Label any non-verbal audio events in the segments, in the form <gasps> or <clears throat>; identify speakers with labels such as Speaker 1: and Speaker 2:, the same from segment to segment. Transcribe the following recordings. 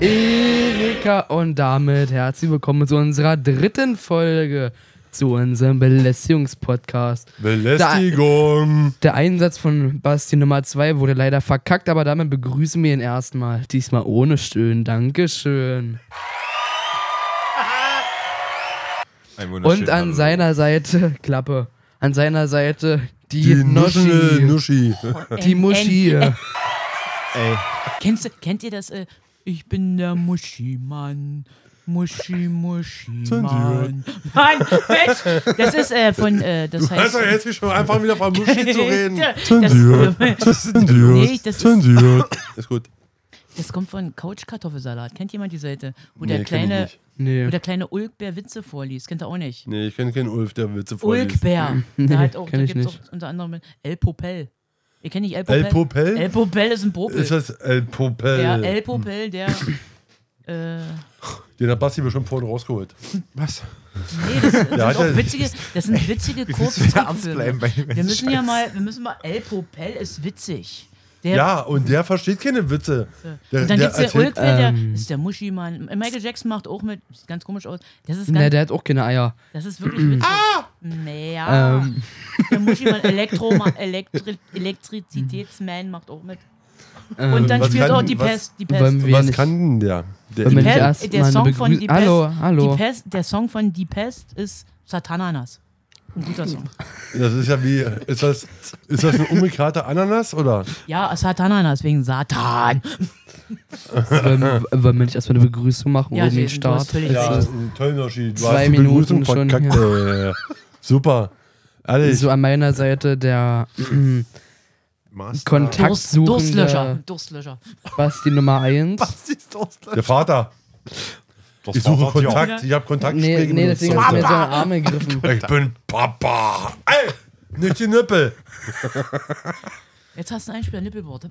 Speaker 1: Erika und damit herzlich willkommen zu unserer dritten Folge zu unserem Belästigungspodcast.
Speaker 2: Belästigung.
Speaker 1: Der Einsatz von Basti Nummer 2 wurde leider verkackt, aber damit begrüßen wir ihn erstmal. Diesmal ohne Stöhnen. Dankeschön.
Speaker 2: Ein
Speaker 1: Und
Speaker 2: wunderschöner
Speaker 1: an
Speaker 2: Hallo.
Speaker 1: seiner Seite, <laughs> Klappe, an seiner Seite die,
Speaker 2: die Nusche,
Speaker 1: Noschi.
Speaker 2: Nuschi.
Speaker 1: Die Muschi.
Speaker 2: Ey,
Speaker 3: Ähm, Kennst, du- kennt ihr das? Äh, ich bin der Muschi-Mann. Muschi, Muschi,
Speaker 2: Zensur.
Speaker 3: Mann. Mann, Mensch, das ist äh, von, äh, das heißt...
Speaker 4: Hört
Speaker 3: <laughs>
Speaker 4: doch jetzt nicht schon einfach wieder von Muschi zu reden.
Speaker 2: Zensiert.
Speaker 3: das, Nee,
Speaker 2: zensiert,
Speaker 3: das ist-
Speaker 2: zensiert. Ist gut.
Speaker 3: das kommt von Couch-Kartoffelsalat. Kennt jemand die Seite? Wo
Speaker 2: Nee, kenn
Speaker 3: der
Speaker 2: ich
Speaker 3: kleine,
Speaker 2: nicht.
Speaker 1: Nee.
Speaker 3: <laughs> wo der kleine Ulkbär Witze vorliest. Kennt ihr auch nicht?
Speaker 2: Nee, ich kenne keinen Ulf, der Witze vorliest.
Speaker 3: Ulkbär. Da hat auch,
Speaker 1: kenn
Speaker 3: da
Speaker 1: ich
Speaker 3: gibt's auch
Speaker 1: nicht.
Speaker 3: unter anderem El Popel. Ihr kennt nicht El Popel?
Speaker 2: El Popel?
Speaker 3: El Popel ist ein Popel.
Speaker 2: Ist das äh, El Popel?
Speaker 3: Ja, El Popel, der... äh,
Speaker 2: Den hat Basti mir schon vorhin rausgeholt. Was?
Speaker 3: Nee, das
Speaker 2: <laughs>
Speaker 3: sind
Speaker 2: Ja,
Speaker 3: auch
Speaker 2: das-
Speaker 3: witzige, das sind witzige kurze
Speaker 4: wieder am
Speaker 3: Trickfilme.
Speaker 4: Bleiben bei dem
Speaker 3: Wir müssen ja mal, wir müssen mal, El Popel ist witzig. Der,
Speaker 2: Ja, und der versteht keine Witze. Der,
Speaker 3: und dann gibt's den
Speaker 2: erzählt- ähm,
Speaker 3: Ulk, der, der ist der Muschi-Mann. Michael Jackson macht auch mit, sieht ganz komisch aus. Das ist,
Speaker 1: Nee,
Speaker 3: ganz,
Speaker 1: der hat auch keine Eier.
Speaker 3: das ist wirklich witzig. Ah! Naja,
Speaker 1: Ähm.
Speaker 3: der Muschi-Mann, Elektro, Elektri, Elektrizitätsman macht auch mit.
Speaker 1: ähm,
Speaker 3: Und dann
Speaker 2: Ähm, was
Speaker 3: spielt
Speaker 2: kann-
Speaker 3: auch die
Speaker 2: was-
Speaker 3: Pest, die Pest.
Speaker 1: wollen wir
Speaker 2: Was
Speaker 1: nicht-
Speaker 2: kann denn der? Der
Speaker 1: Wollen wir
Speaker 3: Pest,
Speaker 1: nicht erst
Speaker 3: der
Speaker 1: mal
Speaker 3: Song
Speaker 1: eine
Speaker 3: von
Speaker 1: Begrü-
Speaker 3: Die Pest,
Speaker 1: Hallo, hallo.
Speaker 3: Die Pest, der Song von Die Pest ist Satananas. Ein guter Song.
Speaker 2: Das ist ja wie, ist das, ist das eine umgekehrte Ananas oder?
Speaker 3: Ja, Satananas wegen Satan.
Speaker 1: wollen, wollen wir nicht erstmal eine Begrüßung machen
Speaker 3: Ja,
Speaker 1: oder den
Speaker 3: Jason, du hast
Speaker 1: Start?
Speaker 3: völlig
Speaker 2: Ja,
Speaker 3: recht.
Speaker 2: toll, Noschi. Du
Speaker 1: Zwei
Speaker 2: hast die
Speaker 1: Minuten
Speaker 2: Begrüßung
Speaker 1: schon,
Speaker 2: verkackt. <laughs> Äh, Super. Ehrlich.
Speaker 1: Äh, So an meiner Seite der <clears throat>
Speaker 4: Master.
Speaker 3: Durst, Durstlöscher.
Speaker 1: Kontaktsuchende
Speaker 3: Durstlöscher.
Speaker 1: Basti Nummer <laughs> 1.
Speaker 4: Das ist Ausland.
Speaker 2: Der Vater.
Speaker 4: Das
Speaker 2: Ich
Speaker 4: war
Speaker 2: suche
Speaker 4: doch die
Speaker 2: Kontakt. Ich habe Kontakt.
Speaker 1: Nee, nee, deswegen hast du mir jetzt so einen Arm
Speaker 3: <laughs>
Speaker 1: gegriffen.
Speaker 2: ich bin Papa. Ey, nicht die Nippel.
Speaker 3: Jetzt hast du einen Spieler Nippelwort.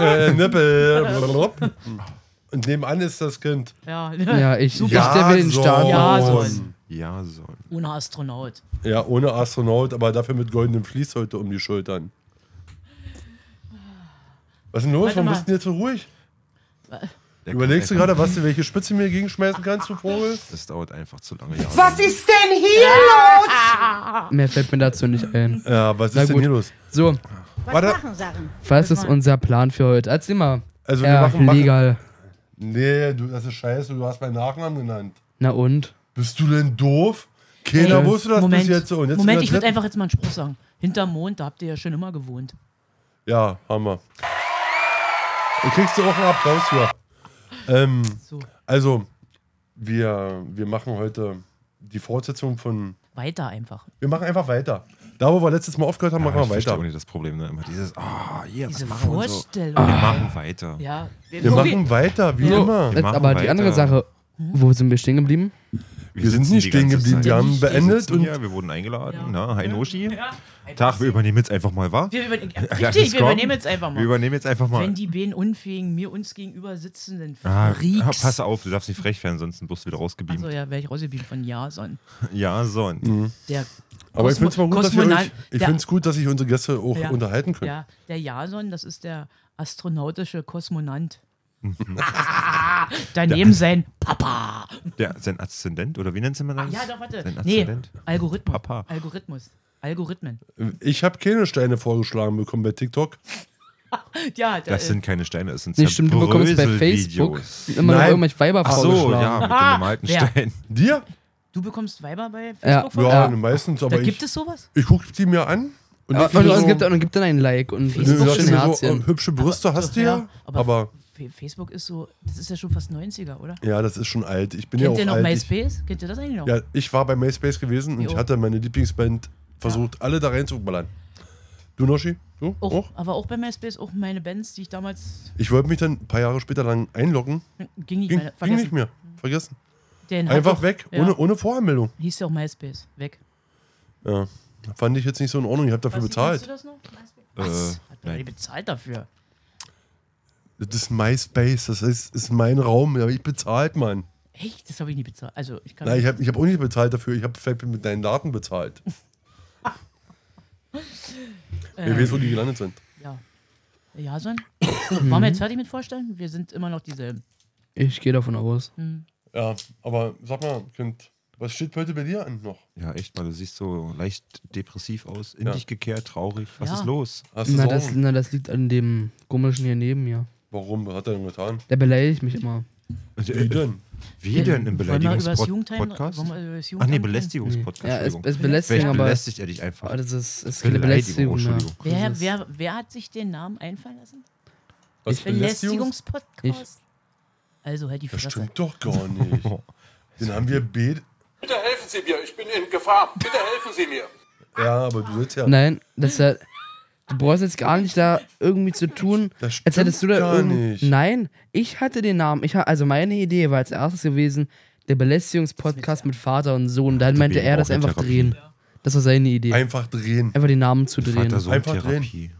Speaker 2: Äh, Nippel. <laughs> Und nebenan ist das Kind.
Speaker 3: <laughs> Ja, ne?
Speaker 1: Ja, ich,
Speaker 3: Super.
Speaker 1: ich stelle mir den Start.
Speaker 3: Ja,
Speaker 2: Sohn.
Speaker 3: Sohn.
Speaker 4: Ja, so. ein-
Speaker 3: Ohne Astronaut.
Speaker 2: Ja, ohne Astronaut, aber dafür mit goldenem Vlies heute um die Schultern. Was ist denn los?
Speaker 3: Warte
Speaker 2: Warum
Speaker 3: mal.
Speaker 2: bist du denn jetzt so ruhig?
Speaker 4: Der
Speaker 2: Überlegst du
Speaker 4: kann-
Speaker 2: gerade, was du, welche Spitze mir gegenschmeißen kannst, du Vogel?
Speaker 4: Das dauert einfach zu lange. Ja,
Speaker 5: Was ist denn hier los?
Speaker 1: Mehr fällt mir dazu nicht ein.
Speaker 2: Ja, was ist
Speaker 1: Na
Speaker 2: denn
Speaker 1: gut.
Speaker 2: hier los?
Speaker 1: So,
Speaker 2: Warte,
Speaker 1: was ist unser Plan für heute? Erzähl mal.
Speaker 2: also wir
Speaker 1: Ja,
Speaker 2: machen, machen.
Speaker 1: legal.
Speaker 2: Nee, du, das ist scheiße, du hast meinen Nachnamen genannt.
Speaker 1: Na und?
Speaker 2: Bist du denn doof? Keiner
Speaker 3: Ey,
Speaker 2: wusste Genau, das
Speaker 3: Moment,
Speaker 2: bis jetzt. so. Und jetzt
Speaker 3: Moment
Speaker 2: in
Speaker 3: ich
Speaker 2: der
Speaker 3: würde einfach jetzt mal einen Spruch sagen. Hinterm Mond, da habt ihr ja schon immer gewohnt.
Speaker 2: dritten- Ja, Hammer. Dann kriegst du auch einen Applaus für. Ähm,
Speaker 3: So,
Speaker 2: also, wir, wir machen heute die Fortsetzung von.
Speaker 3: weiter einfach.
Speaker 2: Wir machen einfach weiter. Da, wo wir letztes Mal aufgehört haben,
Speaker 4: aber
Speaker 2: machen
Speaker 4: ich
Speaker 2: wir
Speaker 4: verstehe auch
Speaker 2: weiter.
Speaker 4: nicht das Problem. Ne? Immer dieses, ah, hier, was
Speaker 3: Diese
Speaker 4: machen wir und so.
Speaker 3: Vorstellung.
Speaker 4: Wir machen weiter.
Speaker 3: Ja,
Speaker 2: Wir
Speaker 3: so
Speaker 2: machen weiter, wie
Speaker 1: So,
Speaker 2: immer.
Speaker 1: jetzt
Speaker 4: machen
Speaker 1: aber die
Speaker 4: weiter.
Speaker 1: andere Sache. Wo sind wir stehen geblieben?
Speaker 2: Wir sind nicht stehen geblieben. Wir haben beendet und.
Speaker 4: ja, wir wurden eingeladen.
Speaker 3: Ja.
Speaker 4: Na, hi Noshi.
Speaker 3: wie, ja,
Speaker 4: Tag, wir übernehmen jetzt einfach mal, wa?
Speaker 3: wir übernehmen,
Speaker 4: Lass
Speaker 3: richtig,
Speaker 4: es
Speaker 3: wir
Speaker 4: kommen.
Speaker 3: übernehmen jetzt einfach
Speaker 4: Wir
Speaker 3: mal.
Speaker 4: übernehmen jetzt einfach mal.
Speaker 3: Wenn die beiden Unfähigen mir uns gegenüber sitzen, dann
Speaker 4: Ah, ah,
Speaker 3: Freaks.
Speaker 4: pass auf, du darfst nicht frech werden, sonst wirst du wieder rausgeblieben.
Speaker 3: Achso, ja, wäre ich rausgeblieben von Jason.
Speaker 4: <laughs> Ja, so. ein-
Speaker 2: Mhm.
Speaker 3: Der
Speaker 2: Aber ich
Speaker 3: Kosmo-
Speaker 2: finde es mal gut, dass wir
Speaker 3: Kosmonaut-
Speaker 2: euch, ich
Speaker 3: der-
Speaker 2: find's gut, dass ich unsere Gäste auch
Speaker 3: Ja.
Speaker 2: unterhalten können.
Speaker 3: Ja, der Jason, das ist der astronautische Kosmonant.
Speaker 2: Mhm.
Speaker 3: <laughs>
Speaker 2: <laughs>
Speaker 3: Daneben sein Papa.
Speaker 4: Der, sein Aszendent, oder wie nennt man das?
Speaker 3: Ja, doch, warte.
Speaker 4: Sein
Speaker 3: Nee,
Speaker 4: Aszendent.
Speaker 3: Algorithmus.
Speaker 4: Papa.
Speaker 3: Algorithmus. Algorithmen.
Speaker 2: Ich habe keine Steine vorgeschlagen bekommen bei TikTok.
Speaker 3: Ja, äh, der,
Speaker 4: Das sind keine Steine, das sind
Speaker 1: Nee, stimmt, du bekommst bei Facebook
Speaker 4: Zerbrösel-Videos.
Speaker 1: immer noch
Speaker 2: Nein.
Speaker 1: irgendwelche Weiber
Speaker 4: Ach so, ja,
Speaker 1: vorgeschlagen.
Speaker 4: mit dem gemalten
Speaker 3: Ah, Ja.
Speaker 4: Stein.
Speaker 2: Dir?
Speaker 3: du bekommst Weiber bei
Speaker 1: Ja.
Speaker 3: Facebook?
Speaker 2: Ja,
Speaker 3: von-
Speaker 2: meistens, aber
Speaker 3: Da
Speaker 2: ich,
Speaker 3: gibt es sowas?
Speaker 2: ich gucke die mir an und
Speaker 1: Ja,
Speaker 2: ich finde
Speaker 1: und,
Speaker 2: so,
Speaker 1: und, gibt, und gibt dann ein Like und
Speaker 3: Nö,
Speaker 2: nö,
Speaker 1: das ist
Speaker 2: dachte
Speaker 1: schon ein
Speaker 2: mir so,
Speaker 1: Herzchen.
Speaker 2: ähm, hübsche Brüste hast du ja, aber,
Speaker 3: F- Facebook ist so, das ist ja schon fast 90er, oder?
Speaker 2: ja, das ist schon alt. Ich bin
Speaker 3: Kennt
Speaker 2: ja
Speaker 3: ihr
Speaker 2: auch
Speaker 3: noch
Speaker 2: alt. Ich,
Speaker 3: MySpace? Kennt ihr das eigentlich noch?
Speaker 2: ja, ich war bei MySpace gewesen und
Speaker 3: Jo.
Speaker 2: ich hatte meine Lieblingsband versucht, alle da reinzuballern. Du, Noshi? Du?
Speaker 3: Auch,
Speaker 2: Auch?
Speaker 3: Aber auch bei MySpace, auch meine Bands, die ich damals hm,
Speaker 2: Ich wollte mich dann ein paar Jahre später lang einloggen.
Speaker 3: ging nicht
Speaker 2: Ging,
Speaker 3: mehr.
Speaker 2: ging
Speaker 3: Vergessen.
Speaker 2: nicht mehr. Vergessen.
Speaker 3: Den hat
Speaker 2: Einfach
Speaker 3: auch-
Speaker 2: weg,
Speaker 3: ja.
Speaker 2: ohne, ohne Voranmeldung.
Speaker 3: Hieß ja auch MySpace. Weg.
Speaker 2: Ja. Fand ich jetzt nicht so in Ordnung. Ich habe dafür
Speaker 3: Weißt du, kennst
Speaker 2: bezahlt.
Speaker 3: Du das noch?
Speaker 4: Was? Äh,
Speaker 3: Hat man die
Speaker 4: nein.
Speaker 3: bezahlt dafür?
Speaker 2: Das ist MySpace. Das ist, ist mein Raum. Da habe ich bezahlt, Mann.
Speaker 3: Echt? Das habe ich nie bezahlt. Also, ich kann
Speaker 2: Nein, ich habe ich hab auch nicht bezahlt dafür. Ich habe vielleicht mit deinen Daten bezahlt. Wer weiß, wo die gelandet sind.
Speaker 3: äh, Ja. Ja, Son? Waren wir jetzt fertig mit Vorstellen? Wir sind immer noch dieselben.
Speaker 1: Ich gehe davon aus.
Speaker 2: Ja, aber sag mal, Kind, was steht heute bei dir an noch?
Speaker 4: Ja, echt mal, du siehst so leicht depressiv aus, in
Speaker 2: Ja.
Speaker 4: dich gekehrt, traurig. Was
Speaker 3: Ja.
Speaker 4: ist los?
Speaker 2: Hast du
Speaker 1: Na
Speaker 2: Sorgen?
Speaker 1: das, na, das liegt an dem komischen hier neben mir.
Speaker 2: Warum? Was hat er denn getan? Äh,
Speaker 1: Der beleidigt mich immer.
Speaker 2: Wie denn?
Speaker 4: Äh, Wie denn im
Speaker 3: Ähm, Wollen wir über das Jugendheim-
Speaker 4: Beleidigungspodcast?
Speaker 3: wollen wir über das
Speaker 4: Ach nee,
Speaker 3: Jugendheim-
Speaker 4: Belästigungspodcast.
Speaker 1: Ja, es,
Speaker 4: Entschuldigung.
Speaker 1: es belästigt,
Speaker 4: Vielleicht
Speaker 1: aber,
Speaker 4: belästigt er dich
Speaker 3: Oh,
Speaker 4: einfach.
Speaker 1: aber das ist, ist keine Belästigung.
Speaker 4: Beleidigung,
Speaker 1: ne?
Speaker 4: oh,
Speaker 1: Ja.
Speaker 4: Entschuldigung.
Speaker 3: Wer,
Speaker 1: Das ist-
Speaker 3: wer, wer hat sich den Namen einfallen lassen?
Speaker 2: Was Belästigungs-
Speaker 3: Belästigungspodcast. Also halt die
Speaker 2: Das
Speaker 3: Fresse.
Speaker 2: stimmt doch gar nicht. <laughs> Den haben wir bet.
Speaker 6: Bitte helfen Sie mir, ich bin in Gefahr. Bitte helfen Sie mir.
Speaker 2: Ja, aber du sitzt ja.
Speaker 1: Nein, das ist ja, du brauchst jetzt gar nicht da irgendwie zu tun,
Speaker 2: Das
Speaker 1: als hättest du
Speaker 2: stimmt
Speaker 1: da
Speaker 2: gar
Speaker 1: irgendwie.
Speaker 2: nicht.
Speaker 1: Nein, ich hatte den Namen. Ich, ha- also meine Idee war als erstes gewesen, der Belästigungspodcast mit Vater und Sohn. Dann meinte
Speaker 4: wir
Speaker 1: er
Speaker 4: auch
Speaker 1: das
Speaker 4: eine
Speaker 1: einfach
Speaker 4: Therapie.
Speaker 1: drehen. Das war seine Idee.
Speaker 2: Einfach drehen.
Speaker 1: Einfach den Namen zu drehen.
Speaker 4: Vater,
Speaker 1: Nein,
Speaker 4: Sohn,
Speaker 2: Einfach drehen.
Speaker 4: Therapie.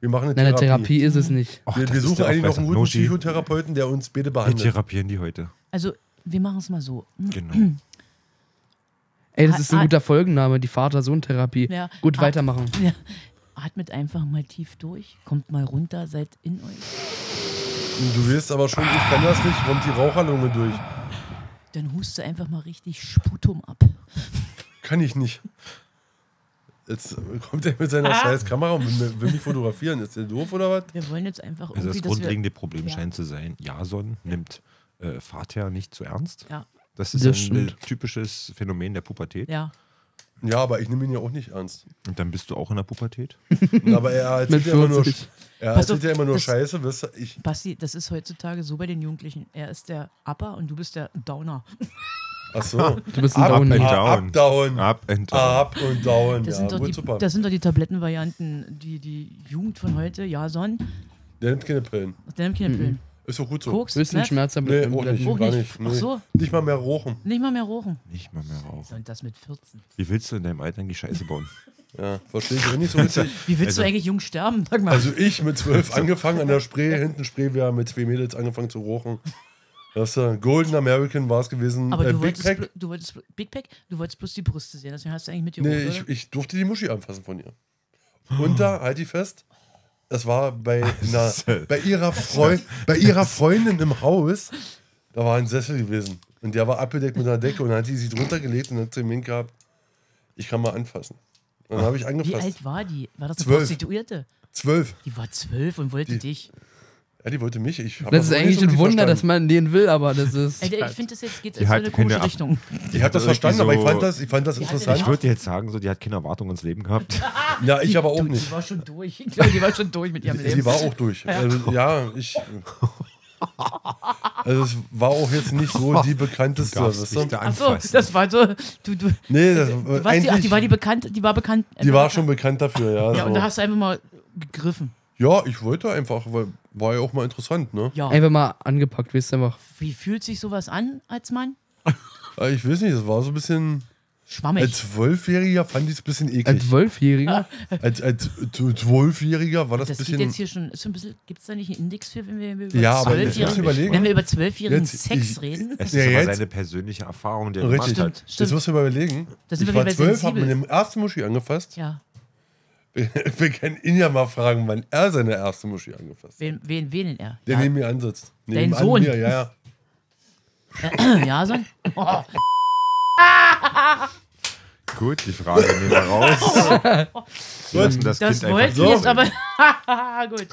Speaker 2: Wir machen eine
Speaker 1: eine
Speaker 2: Therapie.
Speaker 1: Therapie ist es nicht.
Speaker 4: Ach,
Speaker 2: Wir,
Speaker 4: das
Speaker 2: wir
Speaker 4: ist
Speaker 2: suchen
Speaker 4: der
Speaker 2: eigentlich noch einen guten
Speaker 4: Aufreißer. Knoshi.
Speaker 2: Psychotherapeuten, der uns beide
Speaker 4: Wir
Speaker 2: behandelt.
Speaker 4: therapieren die heute.
Speaker 3: Also, wir machen es mal so. Hm,
Speaker 4: Genau.
Speaker 1: Ey, das ist ein
Speaker 3: Ah, ah.
Speaker 1: guter Folgenname, die Vater-Sohn-Therapie.
Speaker 3: <laughs> Ja.
Speaker 1: Gut,
Speaker 3: Ah.
Speaker 1: weitermachen.
Speaker 3: Atmet einfach mal tief durch, kommt mal runter, seid in euch.
Speaker 2: Du wirst aber schon, ich kann das nicht, kommt die Raucherlunge durch.
Speaker 3: Dann huste einfach mal richtig Sputum ab.
Speaker 2: Kann ich nicht. Jetzt kommt er mit seiner
Speaker 3: Ah.
Speaker 2: scheiß Kamera und will, will mich fotografieren. Ist der doof oder was?
Speaker 3: Wir wollen jetzt einfach irgendwie,
Speaker 4: Also das
Speaker 3: dass wir,
Speaker 4: grundlegende Problem
Speaker 3: Ja.
Speaker 4: scheint zu sein, Jason nimmt äh, Vater nicht zu ernst.
Speaker 3: Ja.
Speaker 4: Das ist
Speaker 1: Das
Speaker 4: ein äh,
Speaker 1: stimmt.
Speaker 4: typisches Phänomen der Pubertät.
Speaker 3: ja,
Speaker 2: Ja, aber ich nehme ihn ja auch nicht
Speaker 3: <laughs>
Speaker 2: ernst.
Speaker 4: Und dann bist du auch in der Pubertät.
Speaker 2: Aber er erzählt
Speaker 1: Mit
Speaker 2: ja immer nur,
Speaker 1: 40.
Speaker 2: er
Speaker 3: Pass
Speaker 2: erzählt
Speaker 3: auf,
Speaker 2: ja immer nur
Speaker 3: das-
Speaker 2: Scheiße. Weißt du, ich,
Speaker 3: Basti, das ist heutzutage so bei den Jugendlichen. Er ist der Upper und du bist der Downer.
Speaker 2: ach
Speaker 3: Ah,
Speaker 2: so.
Speaker 1: Du bist ein
Speaker 2: Ab-
Speaker 1: Downer.
Speaker 2: ab- Up, down.
Speaker 4: Up and down.
Speaker 2: Up und down.
Speaker 3: Das,
Speaker 2: ja,
Speaker 3: sind, doch
Speaker 2: gut,
Speaker 3: die,
Speaker 2: super.
Speaker 3: das sind doch die Tablettenvarianten, die die Jugend von heute, ja, Son,
Speaker 2: Der nimmt keine Pillen.
Speaker 3: der nimmt keine Pillen.
Speaker 2: Ist doch gut Mhm. so.
Speaker 3: Koks,
Speaker 1: Höchsten
Speaker 3: Meth,
Speaker 1: Schmerz am
Speaker 2: Nee, auch nicht.
Speaker 3: Auch
Speaker 2: gar
Speaker 3: nicht.
Speaker 2: nicht.
Speaker 3: Ach
Speaker 2: Nee.
Speaker 3: so.
Speaker 2: Nicht mal mehr rochen.
Speaker 3: nicht mal mehr rochen.
Speaker 4: Nicht mal mehr rauchen.
Speaker 3: Und das mit 14.
Speaker 4: Wie willst du in deinem Alter die
Speaker 2: <laughs>
Speaker 4: Scheiße bauen?
Speaker 2: Ja, verstehe ich auch <laughs> nicht so richtig.
Speaker 3: Wie willst du
Speaker 4: Also-
Speaker 3: eigentlich jung sterben? Sag mal.
Speaker 2: Also ich mit
Speaker 1: <laughs>
Speaker 2: zwölf angefangen an der Spree, hinten Spree, wir haben mit zwei Mädels angefangen zu rochen. Das äh, Golden American war es gewesen.
Speaker 3: aber
Speaker 2: äh,
Speaker 3: du,
Speaker 2: Big
Speaker 3: wolltest,
Speaker 2: Pack.
Speaker 3: blo- du wolltest blo- Big Pack, du wolltest bloß die Brüste sehen, deswegen hast du eigentlich mit
Speaker 2: Nee, ich, ich durfte die Muschi anfassen von ihr. Und
Speaker 3: <gasps>
Speaker 2: da, halt die fest, das war
Speaker 1: <laughs>
Speaker 2: bei, einer, bei, ihrer Freu bei ihrer Freundin im Haus, da war ein Sessel gewesen. Und der war abgedeckt mit einer Decke und dann hat die sich drunter gelegt und hat zu mir gehabt, ich kann mal anfassen. Und dann habe ich
Speaker 3: Wie
Speaker 2: angefasst.
Speaker 3: alt war die? War das eine
Speaker 2: Zwölf.
Speaker 3: Prostituierte?
Speaker 2: Zwölf.
Speaker 3: Die war zwölf und wollte
Speaker 2: Die-
Speaker 3: dich.
Speaker 2: Ja, die wollte mich. Ich hab
Speaker 1: Das ist eigentlich
Speaker 2: nicht so
Speaker 1: ein
Speaker 2: richtig
Speaker 1: Wunder,
Speaker 2: verstanden.
Speaker 1: dass man den will, aber das ist.
Speaker 3: Alter, Also, ich finde, das jetzt geht
Speaker 4: Die
Speaker 3: in so
Speaker 4: hat
Speaker 3: eine komische
Speaker 4: keine
Speaker 3: Richtung.
Speaker 2: Ich habe das
Speaker 4: Also irgendwie
Speaker 2: verstanden, aber ich
Speaker 4: so-
Speaker 2: fand das, ich fand das
Speaker 3: Die hatte
Speaker 4: Ich
Speaker 2: interessant.
Speaker 4: würde jetzt sagen, so, die hat keine Erwartung ins Leben gehabt.
Speaker 2: Ja, ich aber auch
Speaker 3: Du,
Speaker 2: nicht.
Speaker 3: Die war schon durch. Ich glaube, die war schon durch mit ihrem
Speaker 2: Die,
Speaker 3: Leben.
Speaker 2: die war auch durch. Also, ja,
Speaker 3: <laughs>
Speaker 2: ich. Also es war auch jetzt nicht so die bekannteste. weißt du?
Speaker 4: da
Speaker 3: Achso, das war so. Du, du,
Speaker 2: Nee, das,
Speaker 3: du warst die,
Speaker 2: eigentlich,
Speaker 3: ach, die war die bekannt, die war bekannt.
Speaker 2: die war schon bekannt dafür, ja.
Speaker 3: Ja,
Speaker 2: so.
Speaker 3: und da hast du einfach mal gegriffen.
Speaker 2: ja, ich wollte einfach, weil war ja auch mal interessant, ne?
Speaker 3: Ja.
Speaker 1: Einfach mal angepackt, weißt du einfach.
Speaker 3: Wie fühlt sich sowas an als Mann?
Speaker 2: Aber Ich weiß nicht, das war so ein bisschen. Als
Speaker 3: Schwammig.
Speaker 2: Zwölfjähriger fand ich es ein bisschen
Speaker 1: Als
Speaker 2: eklig.
Speaker 1: Zwölfjähriger?
Speaker 2: Als, als Zwölfjähriger war das ein
Speaker 3: Das sieht jetzt
Speaker 2: bisschen.
Speaker 3: hier schon, ist schon ein bisschen, gibt es da nicht einen Index für, wenn wir über
Speaker 2: Ja, aber
Speaker 4: jetzt musst
Speaker 3: Zwölfjährigen
Speaker 4: du
Speaker 2: überlegen.
Speaker 3: wenn wir über Zwölfjährigen
Speaker 2: Jetzt-
Speaker 3: Sex
Speaker 2: ich-
Speaker 3: reden?
Speaker 4: Es ist
Speaker 2: Ja,
Speaker 4: aber
Speaker 2: jetzt-
Speaker 4: seine persönliche Erfahrung, die er
Speaker 2: Richtig.
Speaker 4: gemacht hat.
Speaker 2: Jetzt musst du mal überlegen.
Speaker 3: Da sind
Speaker 2: Ich
Speaker 3: wir
Speaker 2: war
Speaker 3: wieder
Speaker 2: zwölf, hab mit
Speaker 3: sensibel.
Speaker 2: dem ersten Muschi angefasst.
Speaker 3: Ja.
Speaker 2: <laughs> Wir können ihn ja mal fragen, wann er seine erste Muschi angefasst hat.
Speaker 3: Wen, wen, wen denn er?
Speaker 2: Der
Speaker 3: ja.
Speaker 2: neben mir ansitzt.
Speaker 3: Dein
Speaker 2: Neben
Speaker 3: Sohn.
Speaker 2: Mir, ja,
Speaker 4: <laughs>
Speaker 2: ja.
Speaker 3: ja, so? Oh,
Speaker 4: Gut, die Frage nehmen
Speaker 2: <laughs>
Speaker 4: wir raus. Wir lassen
Speaker 3: das
Speaker 4: Kind
Speaker 3: wollte ich
Speaker 4: einfach
Speaker 3: jetzt
Speaker 4: so.
Speaker 3: aber. <laughs> Gut.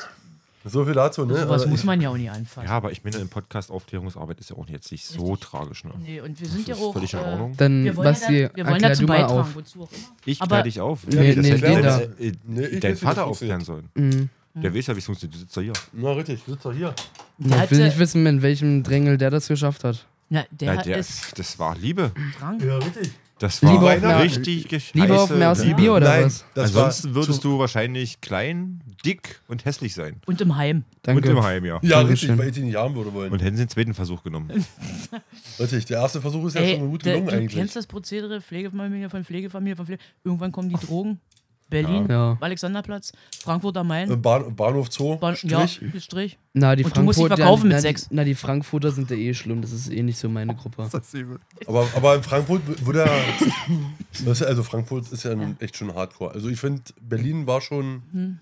Speaker 2: So viel dazu, ne?
Speaker 3: Sowas
Speaker 2: Also
Speaker 3: muss
Speaker 2: ich-
Speaker 3: man ja auch nie anfangen.
Speaker 4: Ja, aber ich meine, im Podcast Aufklärungsarbeit ist ja auch jetzt nicht so tragisch. Ne?
Speaker 3: Nee, und wir sind
Speaker 4: Das
Speaker 3: ja
Speaker 4: ist
Speaker 3: auch.
Speaker 4: völlig in
Speaker 3: äh,
Speaker 4: Ordnung.
Speaker 1: Dann,
Speaker 3: wir wollen,
Speaker 1: Basti,
Speaker 3: ja, da, wir wollen
Speaker 1: erklär
Speaker 3: dazu
Speaker 1: du mal
Speaker 3: beitragen,
Speaker 1: auf.
Speaker 3: wozu auch immer.
Speaker 4: Ich
Speaker 3: aber-
Speaker 4: kläre dich auf.
Speaker 1: Nee,
Speaker 4: das
Speaker 1: nee,
Speaker 4: hätte
Speaker 1: den da.
Speaker 4: jetzt, äh,
Speaker 2: Nee, ich
Speaker 4: dein
Speaker 2: weiß, wie
Speaker 4: Vater
Speaker 2: das
Speaker 4: aufklären sollen.
Speaker 1: Mhm.
Speaker 4: Der weiß ja, wie es funktioniert. Du sitzt doch hier.
Speaker 2: Na, richtig, sitzt doch hier.
Speaker 3: Der
Speaker 1: Ich will
Speaker 3: hatte-
Speaker 1: nicht wissen, in welchem Drängel der das geschafft hat.
Speaker 3: Na, der,
Speaker 4: Ja, der,
Speaker 3: ist
Speaker 4: das war Liebe.
Speaker 3: krank.
Speaker 2: Ja, richtig.
Speaker 4: Das war
Speaker 1: Lieber auf
Speaker 4: aber
Speaker 1: einer-
Speaker 4: richtig gescheiße.
Speaker 1: Lieber auf mehr aus dem Bier oder
Speaker 2: Nein,
Speaker 1: was?
Speaker 2: das
Speaker 4: Ansonsten
Speaker 2: war
Speaker 4: würdest
Speaker 2: zu-
Speaker 4: du wahrscheinlich klein, dick und hässlich sein.
Speaker 3: Und im Heim.
Speaker 1: Danke.
Speaker 4: Und im Heim, ja.
Speaker 2: Ja,
Speaker 1: Dankeschön.
Speaker 2: richtig, weil ich den nicht haben würde wollen.
Speaker 4: Und hätten sie den zweiten Versuch
Speaker 3: <laughs>
Speaker 4: genommen.
Speaker 2: Richtig, der erste Versuch ist ja
Speaker 3: Ey,
Speaker 2: schon gut
Speaker 3: der-
Speaker 2: gelungen
Speaker 3: du
Speaker 2: eigentlich.
Speaker 3: kennst das Prozedere, Pflegefamilie von Pflegefamilie von Pflege. Irgendwann kommen die Drogen. Berlin,
Speaker 1: Ja.
Speaker 3: Alexanderplatz, Frankfurt am Main,
Speaker 2: Äh, Bahn, Bahnhof Zoo,
Speaker 3: Bahn,
Speaker 2: Strich.
Speaker 3: Ja, Strich.
Speaker 1: Na, die
Speaker 3: Und du musst die
Speaker 1: Frankfurter-
Speaker 3: verkaufen mit
Speaker 1: na,
Speaker 3: sechs.
Speaker 1: Die, na, die Frankfurter sind ja eh schlimm. Das ist eh nicht so meine Gruppe.
Speaker 2: Aber, aber in Frankfurt w- wurde er.
Speaker 3: <laughs>
Speaker 2: Das ist ja- also Frankfurt ist ja nun echt schon hardcore. Also ich finde, Berlin war schon.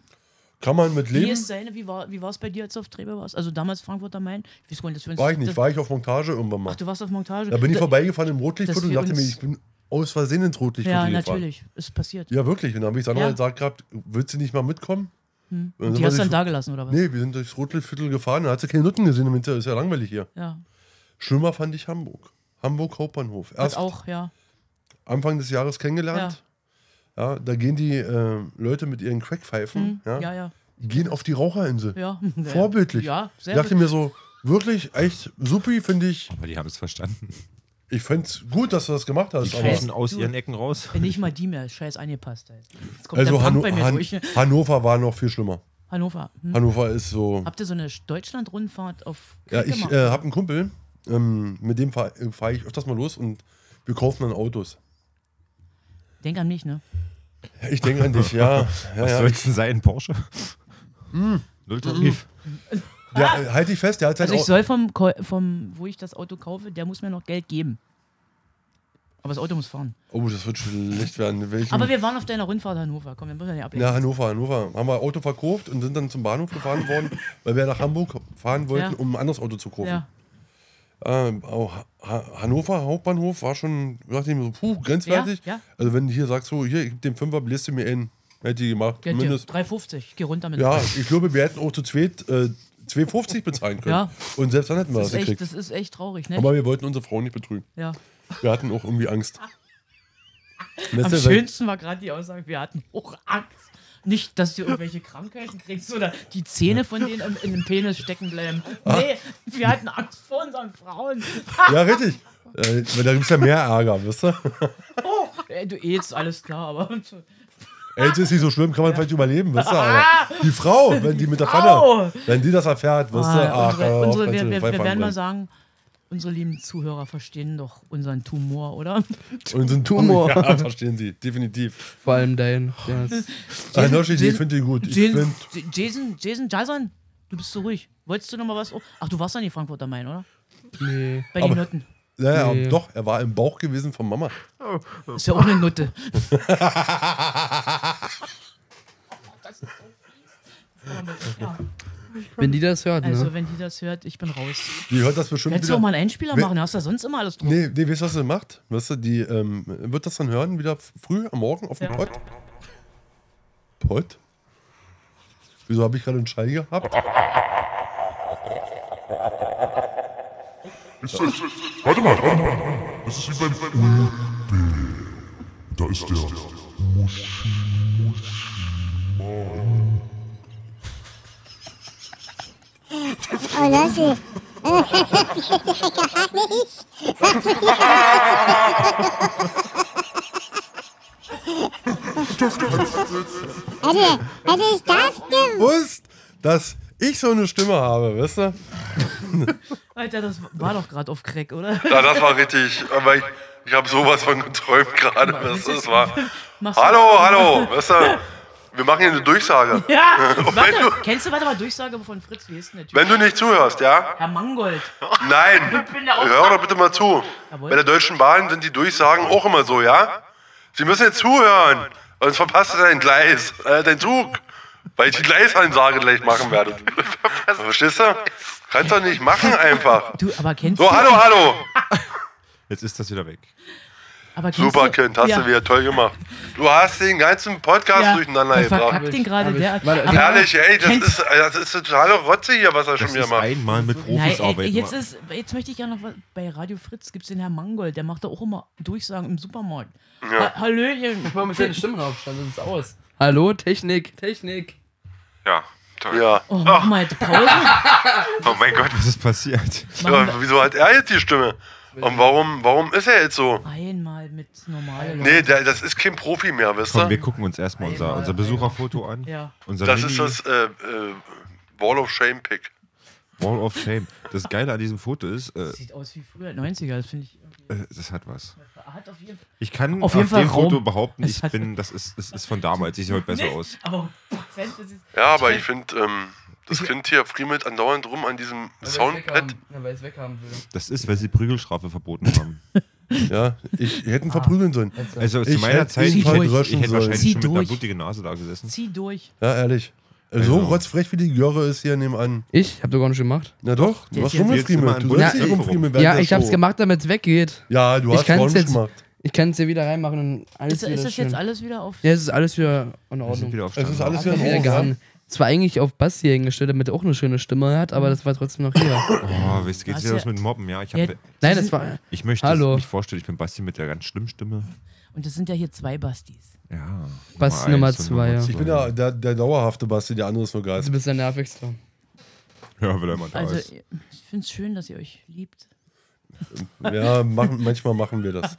Speaker 2: Kann man mit
Speaker 3: Wie
Speaker 2: leben.
Speaker 3: Hm. ist seine, wie war wie war es bei dir, als du auf Trebe warst? Also damals Frankfurt am Main. Ich weiß gar nicht, dass wir uns-
Speaker 2: War ich nicht,
Speaker 3: das-
Speaker 2: war ich auf Montage irgendwann mal.
Speaker 3: Ach, du warst auf Montage.
Speaker 2: Da bin ich
Speaker 3: Da-
Speaker 2: vorbeigefahren im Rotlichtviertel
Speaker 3: dass
Speaker 2: und
Speaker 3: wir
Speaker 2: dachte mir,
Speaker 3: uns-
Speaker 2: ich bin aus Versehen ins Rotlichtviertel
Speaker 3: Ja,
Speaker 2: gefahren.
Speaker 3: natürlich. Ist passiert.
Speaker 2: Ja, wirklich. Und dann habe ich Sandra
Speaker 3: Ja. Hm.
Speaker 2: gesagt gehabt, willst du nicht mal mitkommen? Und
Speaker 3: Und
Speaker 2: sind
Speaker 3: die
Speaker 2: wir
Speaker 3: hast du dann
Speaker 2: durch-
Speaker 3: da gelassen, oder was?
Speaker 2: Nee, wir sind durchs Rotlichtviertel gefahren, da hat sie keine Nutten gesehen im Winter, ist ja langweilig hier.
Speaker 3: Ja.
Speaker 2: Schlimmer fand ich Hamburg. Hamburg Hauptbahnhof.
Speaker 3: Das
Speaker 2: Erst
Speaker 3: auch, ja.
Speaker 2: Anfang des Jahres kennengelernt. Ja. da gehen die äh, Leute mit ihren Crackpfeifen, Hm? ja,
Speaker 3: Hm? Ja, ja.
Speaker 2: gehen auf die Raucherinsel.
Speaker 3: ja. <laughs>
Speaker 2: Vorbildlich.
Speaker 3: Ja,
Speaker 2: ich
Speaker 3: sehr
Speaker 2: dachte
Speaker 3: gut.
Speaker 2: mir so, wirklich, echt supi, finde ich.
Speaker 4: Aber die haben es verstanden.
Speaker 2: Ich find's gut, dass du das gemacht
Speaker 4: Die
Speaker 2: hast. aber-
Speaker 4: scheißen aus ihren Ecken raus.
Speaker 3: Bin nicht mal die mehr. Scheiß angepasst. Ey. Jetzt kommt
Speaker 2: also
Speaker 3: der Punk
Speaker 2: Hanno
Speaker 3: bei mir
Speaker 2: Han
Speaker 3: durch.
Speaker 2: Hannover war noch viel schlimmer.
Speaker 3: Hannover. Hm?
Speaker 2: Hannover ist so.
Speaker 3: Habt ihr so eine Deutschland-Rundfahrt auf
Speaker 2: Ja,
Speaker 3: Krieg
Speaker 2: ich
Speaker 3: gemacht?
Speaker 2: äh, habe einen Kumpel, ähm, mit dem fahre äh, fahr ich öfters mal los und wir kaufen dann Autos. äh,
Speaker 3: Denk an mich,
Speaker 2: also
Speaker 3: ne?
Speaker 2: Ich denke an dich,
Speaker 3: <laughs>
Speaker 2: ja. ja,
Speaker 4: Was
Speaker 2: ja. Mm.
Speaker 4: soll's denn sein? Porsche? Null Tarif.
Speaker 2: Der, äh, halt dich fest, der hat sein
Speaker 3: Also ich
Speaker 2: Au-
Speaker 3: soll vom, Ko- vom, wo ich das Auto kaufe, der muss mir noch Geld geben. Aber das Auto muss fahren.
Speaker 2: Oh, das wird schlecht werden. Welchen?
Speaker 3: Aber wir waren auf deiner Rundfahrt Hannover. Komm, wir müssen ja nicht
Speaker 2: Na,
Speaker 3: ablenken.
Speaker 2: Hannover, Hannover. Haben wir Auto verkauft und sind dann zum Bahnhof gefahren worden, weil wir nach Hamburg fahren wollten,
Speaker 3: Ja.
Speaker 2: um ein anderes Auto zu kaufen.
Speaker 3: Ja,
Speaker 2: Ähm, auch ha Hannover Hauptbahnhof war schon, dachte ich mir so, puh, grenzwertig.
Speaker 3: Ja, ja.
Speaker 2: Also wenn du hier sagst, so, hier, ich geb dem Fünfer, bläst du mir ein. Hätte ich gemacht,
Speaker 3: Geld hier.
Speaker 2: zumindest.
Speaker 3: 3,50. Geh runter mit.
Speaker 2: Ja, ich glaube, wir hätten auch zu zweit äh, 2,50 bezahlen können.
Speaker 3: Ja.
Speaker 2: Und selbst dann hätten wir
Speaker 3: das,
Speaker 2: das,
Speaker 3: ist echt,
Speaker 2: gekriegt.
Speaker 3: das ist echt traurig, ne?
Speaker 2: Aber wir wollten unsere Frau nicht betrügen.
Speaker 3: ja.
Speaker 2: Wir hatten auch irgendwie Angst. Und
Speaker 3: Am
Speaker 2: das ist ja-
Speaker 3: schönsten war gerade die Aussage, wir hatten auch Angst. Nicht, dass du irgendwelche Krankheiten kriegst oder die Zähne von denen im- in dem Penis stecken bleiben.
Speaker 2: Ah.
Speaker 3: Nee, wir hatten Angst vor unseren Frauen.
Speaker 2: Ja, richtig. Äh, weil da gibt es ja mehr Ärger, wisst ihr?
Speaker 3: Ey, du eh jetzt alles klar, aber. <laughs>
Speaker 2: Aids ist nicht so schlimm, kann man vielleicht überleben, wisst ihr? Aber die Frau, wenn die, mit der
Speaker 3: Frau!
Speaker 2: Pfanne, wenn die das erfährt, wisst ihr?
Speaker 3: Ah,
Speaker 2: Ach, hör
Speaker 3: unsere,
Speaker 2: auf,
Speaker 3: unsere,
Speaker 2: kannst
Speaker 3: wir,
Speaker 2: du
Speaker 3: wir,
Speaker 2: Pfeife
Speaker 3: wir werden mal
Speaker 2: anbrennen.
Speaker 3: sagen, unsere lieben Zuhörer verstehen doch unseren Tumor, oder?
Speaker 2: Und sind Tumor. Ja, verstehen sie, definitiv.
Speaker 1: Vor allem dein. Der ist-
Speaker 3: <laughs>
Speaker 2: Ah, Noshi, ich
Speaker 3: Jason-
Speaker 2: finde die gut. Ich
Speaker 3: Jason,
Speaker 2: find,
Speaker 3: Jason, Jason, Jason, du bist so ruhig. Wolltest du noch mal was? Oh, ach, du warst doch nicht Frankfurt am Main, oder?
Speaker 1: nee.
Speaker 3: Bei den
Speaker 2: Aber-
Speaker 3: Nutten.
Speaker 2: naja,
Speaker 1: Nee.
Speaker 2: doch, er war im Bauch gewesen von Mama.
Speaker 3: Ist ja auch
Speaker 2: <laughs>
Speaker 3: eine Nutte.
Speaker 1: Wenn die das hört,
Speaker 3: Also,
Speaker 1: ne?
Speaker 3: wenn die das hört, ich bin raus.
Speaker 2: Die hört das bestimmt
Speaker 3: Hättest du
Speaker 2: wieder.
Speaker 3: auch mal einen Einspieler
Speaker 2: Wer-
Speaker 3: machen, hast du ja sonst immer alles drauf.
Speaker 2: Nee, nee, weißt du, was sie macht? Weißt du, die ähm, wird das dann hören, wieder f- früh am Morgen auf dem
Speaker 3: Ja.
Speaker 2: Pott. Pott? Wieso habe ich gerade einen Schei gehabt?
Speaker 3: <laughs>
Speaker 7: Warte mal, warte mal. Das ist wie beim UB. Da ist der Muschi, Muschi, Mann.
Speaker 5: Oh, Lassi. Hätte, hätte ich das gewusst.
Speaker 2: Wusst, dass ich so eine Stimme habe, weißt du?
Speaker 3: Alter, das war doch gerade auf Crack, oder?
Speaker 2: Ja, das war richtig. Aber ich, ich habe sowas von geträumt gerade, weißt du? Es war.
Speaker 3: Machst du-
Speaker 2: Hallo, hallo, weißt du? Wir machen hier eine Durchsage.
Speaker 3: Ja,
Speaker 2: wenn
Speaker 3: warte,
Speaker 2: du-
Speaker 3: kennst du, warte mal, Durchsage von Fritz, wie ist denn der Typ?
Speaker 2: Wenn du nicht zuhörst, ja?
Speaker 3: Herr Mangold.
Speaker 2: Nein,
Speaker 3: bin der
Speaker 2: hör doch bitte mal zu.
Speaker 3: Jawohl.
Speaker 2: Bei der Deutschen Bahn sind die Durchsagen auch immer so, ja? Sie müssen jetzt zuhören, sonst verpasst ihr dein Gleis, äh, dein Zug. Weil ich die Gleisansage gleich machen werde. Verstehst du? Kannst doch nicht machen einfach.
Speaker 3: <laughs> Du, aber kennst
Speaker 2: So,
Speaker 3: du.
Speaker 2: hallo, hallo.
Speaker 3: <laughs>
Speaker 4: Jetzt ist das wieder weg.
Speaker 3: Aber kennst
Speaker 2: Super
Speaker 3: du,
Speaker 2: Kind, hast
Speaker 3: ja,
Speaker 2: du wieder toll gemacht. Du hast den ganzen Podcast
Speaker 3: ja,
Speaker 2: durcheinander
Speaker 3: der verkackt
Speaker 2: gebracht.
Speaker 3: den gerade der.
Speaker 1: Warte,
Speaker 3: aber-
Speaker 2: Ehrlich, ey, das
Speaker 3: Kennst-
Speaker 2: ist, äh, das ist eine totale Rotze hier, was er schon
Speaker 4: Das
Speaker 2: wieder
Speaker 4: ist
Speaker 2: macht.
Speaker 4: einmal mit
Speaker 3: Nein,
Speaker 4: Profis
Speaker 3: ey,
Speaker 4: arbeiten.
Speaker 3: jetzt, ist, jetzt möchte ich ja noch was. Bei Radio Fritz gibt es den Herrn Mangold, der macht da auch immer Durchsagen im Supermarkt. Ja. Hallöchen.
Speaker 1: Mal mit deinen Stimmen aufstanden, das ist aus. Hallo, Technik, Technik.
Speaker 7: Ja, toll.
Speaker 2: Ja. <laughs>
Speaker 3: Oh, mach mal jetzt Pause.
Speaker 7: Oh mein Gott.
Speaker 4: Was ist passiert?
Speaker 2: ja. Wieso hat er jetzt die Stimme? Und warum, warum ist er jetzt so?
Speaker 3: Einmal mit normalen
Speaker 2: Nee, der, das ist kein Profi mehr, weißt
Speaker 4: Komm, wir
Speaker 2: du?
Speaker 4: gucken uns erstmal unser,
Speaker 3: Einmal,
Speaker 4: unser Besucherfoto an.
Speaker 3: Ja.
Speaker 4: Unser
Speaker 2: Das
Speaker 4: Mini-
Speaker 2: ist das äh, äh, Wall of Shame Pick.
Speaker 4: Wall of Shame. Das Geile an diesem Foto ist, äh,
Speaker 3: Das sieht aus wie früher, 90er, das finde ich. irgendwie-
Speaker 4: äh, das hat was.
Speaker 3: Hat auf jeden Fall.
Speaker 4: Ich kann
Speaker 3: Auf
Speaker 4: auf,
Speaker 3: jeden Fall
Speaker 4: dem
Speaker 3: Raum.
Speaker 4: Foto behaupten,
Speaker 3: Es
Speaker 4: ich
Speaker 3: hat-
Speaker 4: bin, das ist, das ist von damals. Ich sehe heute besser aus.
Speaker 3: Aber Prozent, das ist.
Speaker 2: Ja, aber ich finde, ähm, das Kind hier friemelt andauernd rum an diesem Soundpad.
Speaker 1: Weil es weghaben will.
Speaker 4: Das ist, weil sie Prügelstrafe
Speaker 2: <laughs>
Speaker 4: verboten haben.
Speaker 2: Ja, ich hätte
Speaker 1: Ah.
Speaker 2: ihn verprügeln sollen.
Speaker 4: Also zu
Speaker 2: Ich
Speaker 4: meiner
Speaker 2: hätte
Speaker 4: Zeit,
Speaker 2: ihn
Speaker 4: ich hätte, ich
Speaker 2: verdröschen
Speaker 4: hätte
Speaker 2: sollen.
Speaker 4: wahrscheinlich
Speaker 3: Zieh
Speaker 4: schon mit einer
Speaker 3: durch.
Speaker 4: blutigen Nase da gesessen.
Speaker 3: Zieh durch.
Speaker 2: Ja, ehrlich. Äh, So
Speaker 4: Also.
Speaker 2: rotzfrech wie die Göre ist hier nebenan.
Speaker 1: Ich hab doch gar nicht gemacht.
Speaker 2: Na doch, du
Speaker 3: Jetzt-
Speaker 2: hast
Speaker 3: jetzt-
Speaker 4: jetzt
Speaker 2: rumgefriemelt.
Speaker 4: immer
Speaker 2: Du
Speaker 4: ein
Speaker 2: sollst
Speaker 1: Ja,
Speaker 2: nicht
Speaker 4: ich-
Speaker 2: rumfriemeln während
Speaker 1: Ja,
Speaker 2: der
Speaker 1: ich hab's
Speaker 2: Show.
Speaker 1: gemacht, damit's weggeht.
Speaker 2: Ja, du
Speaker 1: Ich
Speaker 2: hast
Speaker 1: kann's
Speaker 2: Frauen
Speaker 1: jetzt-
Speaker 2: gemacht.
Speaker 1: Ich kann's hier wieder reinmachen und alles
Speaker 3: Ist,
Speaker 1: wieder
Speaker 3: ist das
Speaker 1: schön.
Speaker 3: jetzt alles wieder auf?
Speaker 1: Ja, es ist alles wieder in
Speaker 4: Wir sind
Speaker 1: Ordnung.
Speaker 4: wieder auf
Speaker 2: Es ist alles
Speaker 1: Ich
Speaker 2: wieder
Speaker 1: hab wieder
Speaker 2: in Ordnung.
Speaker 1: gehangen. Zwar eigentlich auf Basti hingestellt, damit er auch eine schöne Stimme hat, aber das war trotzdem noch hier.
Speaker 4: Oh, weißt du, geht's
Speaker 3: Was
Speaker 4: wieder
Speaker 3: ja-
Speaker 4: los mit Mobben? Ja, ich,
Speaker 3: Ja.
Speaker 4: hab,
Speaker 1: Nein, das war.
Speaker 4: ich möchte
Speaker 1: Hallo.
Speaker 4: mich vorstellen, ich bin Basti mit der ganz schlimmen Stimme.
Speaker 3: Und das sind ja hier zwei Bastis.
Speaker 4: Ja.
Speaker 1: Basti Nummer
Speaker 4: eins und
Speaker 1: zwei, ja.
Speaker 2: Ich bin ja der, der dauerhafte Basti, der andere ist nur Geist.
Speaker 1: Du bist ja nervig. so.
Speaker 4: Ja, weil er immer da
Speaker 3: Also,
Speaker 4: ist.
Speaker 3: ich finde es schön, dass ihr euch liebt.
Speaker 2: Ja, machen, manchmal machen wir das.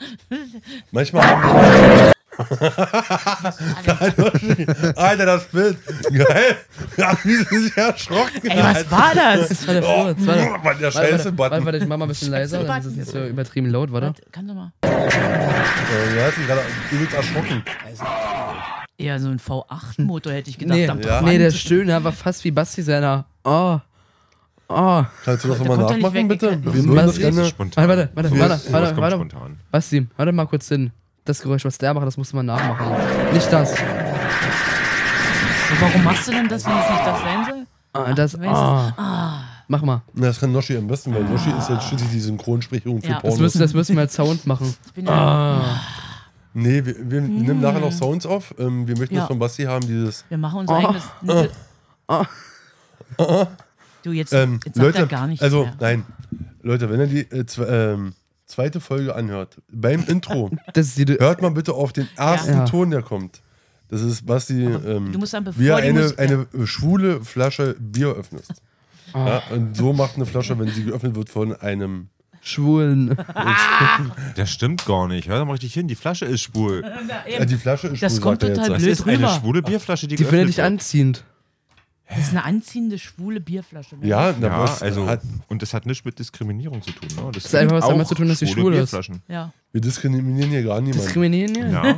Speaker 2: Manchmal haben wir. Alter, das Bild. Geil. Ja, wie sie sich erschrocken Oh,
Speaker 3: Ey, was war das?
Speaker 1: Das war der Flo. Das war der.
Speaker 2: Mann, der
Speaker 1: Warte,
Speaker 2: schnellste
Speaker 1: warte, warte,
Speaker 2: Button.
Speaker 1: warte, ich mach mal ein bisschen leiser, dann ist es nicht so übertrieben laut, warte.
Speaker 3: Warte, Kannst du mal?
Speaker 2: Äh, Der hat sich gerade übelst erschrocken.
Speaker 3: Eher so ein V8-Motor hätte ich gedacht.
Speaker 1: Nee,
Speaker 3: am
Speaker 2: ja.
Speaker 1: nee
Speaker 3: Brand.
Speaker 1: der Stöhner war fast wie Basti seiner. Oh. Oh.
Speaker 2: Kannst du das nochmal
Speaker 3: kommt er nicht
Speaker 2: nachmachen,
Speaker 3: weg,
Speaker 2: bitte?
Speaker 3: ich
Speaker 2: Wir
Speaker 1: kann-
Speaker 2: würden das
Speaker 1: Basti-
Speaker 4: Das ist
Speaker 2: gerne.
Speaker 4: spontan.
Speaker 1: Warte, warte,
Speaker 4: Sowas-
Speaker 1: warte,
Speaker 4: sowas
Speaker 1: warte,
Speaker 4: kommt
Speaker 1: warte.
Speaker 4: spontan.
Speaker 1: Basti, warte mal kurz hin. Das Geräusch, was der macht, das musst du mal nachmachen. Nicht das.
Speaker 3: Und warum machst du denn das, wenn es nicht das sein soll?
Speaker 1: Ah, das.
Speaker 3: Ach,
Speaker 1: Ah. Mach mal.
Speaker 2: Na, das kann Noschi am besten, weil Noschi ist jetzt schließlich die Synchronsprecherin für
Speaker 3: Ja.
Speaker 1: Das
Speaker 2: Pornos.
Speaker 1: müssen, das müssen wir als Sound machen.
Speaker 3: Ich bin
Speaker 2: Ah.
Speaker 3: ja,
Speaker 2: Nee, wir, wir nehmen nachher noch Sounds auf. Ähm, wir möchten
Speaker 3: Ja.
Speaker 2: das von Basti haben, dieses.
Speaker 3: wir machen unser eigenes.
Speaker 2: Ah.
Speaker 3: Du, jetzt,
Speaker 2: Ähm,
Speaker 3: jetzt sagt
Speaker 2: Leute,
Speaker 3: er gar nichts
Speaker 2: also
Speaker 3: mehr.
Speaker 2: nein, Leute, wenn ihr die äh, zwe ähm, zweite Folge anhört, beim
Speaker 3: <laughs>
Speaker 2: Intro,
Speaker 1: Das ist die.
Speaker 2: hört mal bitte auf den ersten
Speaker 1: Ja.
Speaker 2: Ton, der kommt. Das ist Basti, ähm,
Speaker 3: du musst dann, bevor
Speaker 2: wie er
Speaker 3: die
Speaker 2: eine,
Speaker 3: Musik-
Speaker 2: eine äh, schwule Flasche Bier öffnest.
Speaker 3: Ah.
Speaker 2: Ja, und so macht eine Flasche, wenn sie geöffnet wird von einem.
Speaker 1: Schwulen.
Speaker 4: Das stimmt gar nicht. Hör doch mal richtig hin. Die Flasche ist schwul.
Speaker 2: Äh, die Flasche ist schwul,
Speaker 3: Das kommt
Speaker 2: sagt er jetzt.
Speaker 3: total
Speaker 4: Das
Speaker 3: blöd
Speaker 4: ist eine
Speaker 3: rüber.
Speaker 4: schwule Bierflasche, die
Speaker 1: Die
Speaker 4: geöffnet
Speaker 1: findet dich
Speaker 4: wird.
Speaker 1: anziehend.
Speaker 3: Das ist eine anziehende, schwule Bierflasche. ne?
Speaker 2: Ja, na,
Speaker 4: Ja,
Speaker 2: was,
Speaker 4: also,
Speaker 2: hat,
Speaker 4: und das hat nichts mit Diskriminierung zu tun. Ne? Das,
Speaker 1: ist einfach was
Speaker 4: sind
Speaker 1: damit
Speaker 4: auch
Speaker 1: zu tun, dass sie
Speaker 4: schwule
Speaker 1: schwul ist.
Speaker 4: Bierflaschen.
Speaker 3: Ja.
Speaker 2: wir diskriminieren hier gar niemanden.
Speaker 1: Diskriminieren ja.
Speaker 4: Ja,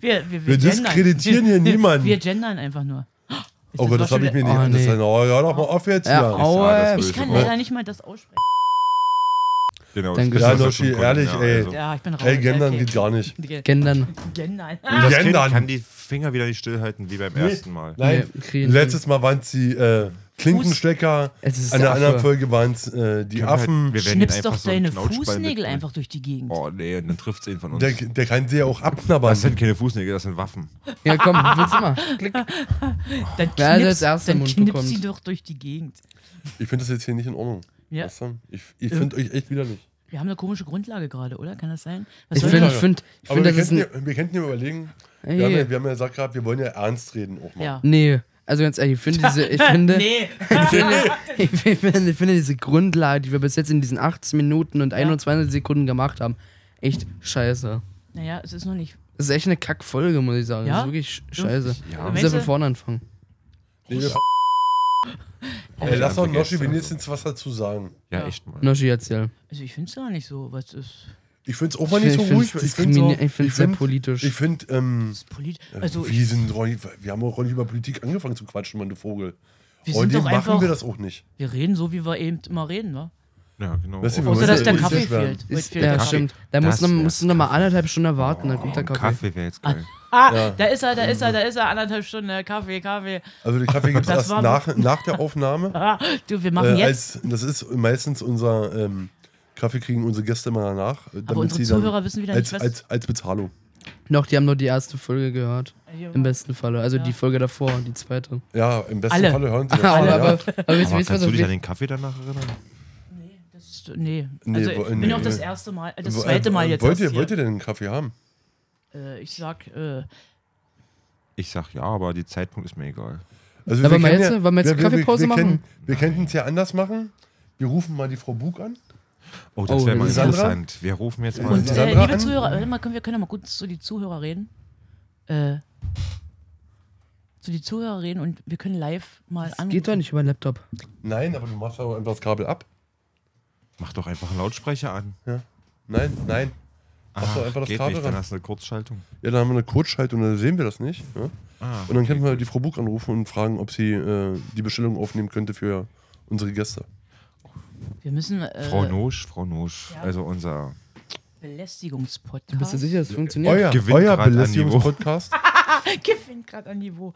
Speaker 3: Wir, wir,
Speaker 2: Wir
Speaker 3: gendern.
Speaker 2: diskreditieren hier
Speaker 3: Wir-
Speaker 2: niemanden.
Speaker 3: Wir gendern einfach nur. Ist
Speaker 2: Oh Gott, das
Speaker 3: war
Speaker 2: habe ich
Speaker 3: schon-
Speaker 2: mir nicht
Speaker 1: Oh, nee.
Speaker 2: angesehen. Oh, hör doch mal auf jetzt.
Speaker 1: Ja,
Speaker 2: Ja,
Speaker 1: au.
Speaker 4: das
Speaker 3: Ich
Speaker 4: Böse.
Speaker 3: kann leider nicht mal das aussprechen.
Speaker 4: Genau,
Speaker 1: Danke.
Speaker 4: das
Speaker 1: Ja,
Speaker 4: ist das
Speaker 2: Noschi,
Speaker 4: schon Content,
Speaker 2: ehrlich, ey.
Speaker 4: also.
Speaker 3: Ja, ich bin raus.
Speaker 2: Ey, gendern
Speaker 3: Okay.
Speaker 2: geht gar nicht.
Speaker 3: Ge-
Speaker 1: Gendern.
Speaker 3: <laughs> Gendern.
Speaker 4: Das kind
Speaker 2: Gendern.
Speaker 4: kann die Finger wieder nicht stillhalten wie beim ersten Mal.
Speaker 2: Nein,
Speaker 1: Nee, kriegen-
Speaker 2: letztes Mal waren es die äh, Klinkenstecker,
Speaker 1: Es ist
Speaker 2: an
Speaker 1: der
Speaker 2: der anderen
Speaker 1: Affe.
Speaker 2: Folge waren es äh, die Affen.
Speaker 4: Wir werden
Speaker 3: Schnippst
Speaker 4: ihn
Speaker 3: doch
Speaker 4: einfach so
Speaker 3: deine
Speaker 4: einen Knautschball
Speaker 3: Fußnägel
Speaker 4: mit-
Speaker 3: einfach durch die Gegend.
Speaker 4: Oh nee, und dann trifft's ihn von uns.
Speaker 2: der, der kann sie ja auch abknabbern.
Speaker 4: das sind keine Fußnägel, das sind Waffen.
Speaker 1: Ja, komm, willst du mal? Klick.
Speaker 3: Dann
Speaker 1: Wer als
Speaker 3: knipst,
Speaker 1: Erster im
Speaker 3: dann
Speaker 1: Mund
Speaker 3: knipst
Speaker 1: bekommt.
Speaker 3: sie doch durch die Gegend.
Speaker 2: Ich finde das jetzt hier nicht in Ordnung.
Speaker 3: Ja.
Speaker 2: Weißt du? Ich, ich finde euch echt widerlich.
Speaker 3: Wir haben eine komische Grundlage gerade, oder? Kann das sein? Was
Speaker 1: Ich
Speaker 3: soll
Speaker 1: finde,
Speaker 3: das?
Speaker 1: ich find, ich
Speaker 2: Aber
Speaker 1: find,
Speaker 2: wir,
Speaker 1: das ist
Speaker 2: könnten
Speaker 1: ein.
Speaker 2: ja, wir könnten ja überlegen,
Speaker 1: Ey.
Speaker 2: wir haben, ja, wir haben ja gesagt gehabt, wir wollen ja ernst reden auch mal.
Speaker 3: Ja.
Speaker 1: Nee, also ganz ehrlich, ich finde diese.
Speaker 3: <laughs>
Speaker 1: Ich finde,
Speaker 3: Nee,
Speaker 1: <laughs> ich, finde, ich finde diese Grundlage, die wir bis jetzt in diesen 18 Minuten und 21 Sekunden gemacht haben, echt scheiße.
Speaker 3: naja, es ist noch nicht.
Speaker 1: Das ist echt eine Kackfolge, muss ich sagen.
Speaker 3: Ja?
Speaker 1: Das ist wirklich sch- scheiße.
Speaker 4: Ja.
Speaker 1: Wir müssen
Speaker 3: Meinst
Speaker 1: von
Speaker 3: du?
Speaker 1: vorne anfangen.
Speaker 2: Nee, wir Ey,
Speaker 4: Ja,
Speaker 2: lass doch
Speaker 4: vergesst,
Speaker 2: Noschi wenigstens
Speaker 4: also.
Speaker 2: was dazu sagen.
Speaker 4: Ja, echt mal.
Speaker 1: Noschi, erzähl.
Speaker 3: Also ich finde es gar nicht so. Was ist,
Speaker 2: Ich finde es auch mal nicht so
Speaker 1: Ich find's
Speaker 2: ruhig. find's
Speaker 1: diskrimini-
Speaker 2: auch-
Speaker 1: ich find's sehr
Speaker 2: find-
Speaker 1: politisch.
Speaker 2: Ich finde, ähm,
Speaker 3: ist polit Also
Speaker 2: wir,
Speaker 3: ich,
Speaker 2: sind, Ronny- wir haben auch nicht über Politik angefangen zu quatschen, Mann, du Vogel.
Speaker 3: wir
Speaker 2: Und
Speaker 3: sind
Speaker 2: die
Speaker 3: doch
Speaker 2: Oh, machen
Speaker 3: einfach.
Speaker 2: wir das auch nicht.
Speaker 3: Wir reden so, wie wir eben immer reden, ne?
Speaker 4: Ja, genau.
Speaker 2: Weißt du, wir
Speaker 3: Außer
Speaker 2: müssen
Speaker 3: dass der
Speaker 2: politisch
Speaker 3: Kaffee
Speaker 2: werden.
Speaker 3: fehlt. Heute
Speaker 1: Ist,
Speaker 3: fehlt
Speaker 1: ja,
Speaker 3: der Kaffee.
Speaker 1: stimmt. Da
Speaker 4: Das
Speaker 1: musst du, noch-
Speaker 4: wär's,
Speaker 1: musst du noch mal
Speaker 4: Kaffee. Oh,
Speaker 1: anderthalb Stunden warten, dann kommt der
Speaker 4: Kaffee,
Speaker 1: Kaffee.
Speaker 4: wäre jetzt geil.
Speaker 3: Ah,
Speaker 2: Ja.
Speaker 3: da ist er, da ist er, da ist er. Anderthalb Stunden äh, Kaffee, Kaffee.
Speaker 2: Also den Kaffee gibt es
Speaker 3: Das
Speaker 2: erst
Speaker 3: war-
Speaker 2: nach, nach der Aufnahme.
Speaker 3: Ah, du, wir <laughs> machen
Speaker 2: Äh,
Speaker 3: jetzt.
Speaker 2: als, das ist meistens unser ähm, Kaffee kriegen unsere Gäste immer danach. äh, damit
Speaker 3: unsere
Speaker 2: sie dann-
Speaker 3: Zuhörer wissen wieder
Speaker 2: als,
Speaker 3: nicht, was-
Speaker 2: Als, als Bezahlung.
Speaker 1: Noch, die haben nur die erste Folge gehört.
Speaker 3: Mhm. Ja.
Speaker 1: Im besten Falle. Also die Folge davor, die zweite.
Speaker 2: Ja, im besten
Speaker 3: <laughs> Alle.
Speaker 2: Falle hören sie
Speaker 1: <laughs>
Speaker 2: das.
Speaker 1: Aber,
Speaker 2: ja.
Speaker 1: aber, aber wisst ihr,
Speaker 4: Aber
Speaker 1: wisst ihr, was
Speaker 4: kannst du
Speaker 1: auf
Speaker 4: dich an
Speaker 1: jeden
Speaker 4: den Kaffee danach erinnern?
Speaker 3: Das ist, nee.
Speaker 2: Nee,
Speaker 3: Also,
Speaker 2: wo-
Speaker 3: ich bin
Speaker 2: nee.
Speaker 3: auch das erste Mal, äh, das
Speaker 2: Äh,
Speaker 3: zweite Mal
Speaker 2: äh,
Speaker 3: jetzt.
Speaker 2: Wollt ihr,
Speaker 3: erst
Speaker 2: wollt ihr denn einen Kaffee haben?
Speaker 3: Äh, ich sag, äh,
Speaker 4: Ich sag ja, aber die Zeitpunkt ist mir egal.
Speaker 2: Also
Speaker 1: Na, wollen wir
Speaker 2: können
Speaker 1: jetzt- wollen wir jetzt Kaffeepause
Speaker 2: wir, wir,
Speaker 1: machen?
Speaker 2: können- Wir könnten es ja anders machen. Wir rufen mal die Frau Bug an.
Speaker 4: Oh, das
Speaker 1: Oh,
Speaker 4: wäre mal
Speaker 1: Sandra?
Speaker 4: interessant. Wir rufen jetzt mal.
Speaker 2: Und-
Speaker 3: Und
Speaker 4: Sandra.
Speaker 3: äh,
Speaker 2: Sandra
Speaker 3: liebe
Speaker 2: an?
Speaker 3: Zuhörer, warte mal, können wir können ja mal gut zu die Zuhörer reden. Äh, zu die Zuhörer reden und wir können live mal
Speaker 1: Das geht doch nicht über den Laptop.
Speaker 2: Nein, aber du machst aber einfach das Kabel ab.
Speaker 4: Mach doch einfach einen Lautsprecher an. Ah,
Speaker 2: Nein, nein. Mach doch einfach das
Speaker 4: geht
Speaker 2: Kabel
Speaker 4: nicht,
Speaker 2: ran.
Speaker 4: dann hast du eine Kurzschaltung.
Speaker 2: Ja, dann haben wir eine Kurzschaltung, dann sehen wir das nicht. Ja?
Speaker 4: Ah,
Speaker 2: Und dann können
Speaker 4: okay.
Speaker 2: wir die Frau Buch anrufen und fragen, ob sie äh, die Bestellung aufnehmen könnte für unsere Gäste.
Speaker 3: Wir müssen äh,
Speaker 4: Frau Nosch, Frau Nosch,
Speaker 3: Ja.
Speaker 4: also unser.
Speaker 3: Belästigungspodcast.
Speaker 1: Bist du
Speaker 3: <laughs>
Speaker 1: sicher, das funktioniert?
Speaker 2: Euer,
Speaker 4: Gewinnt
Speaker 2: euer
Speaker 4: grad an
Speaker 2: Belästigungspodcast.
Speaker 3: Gewinnt gerade an Niveau.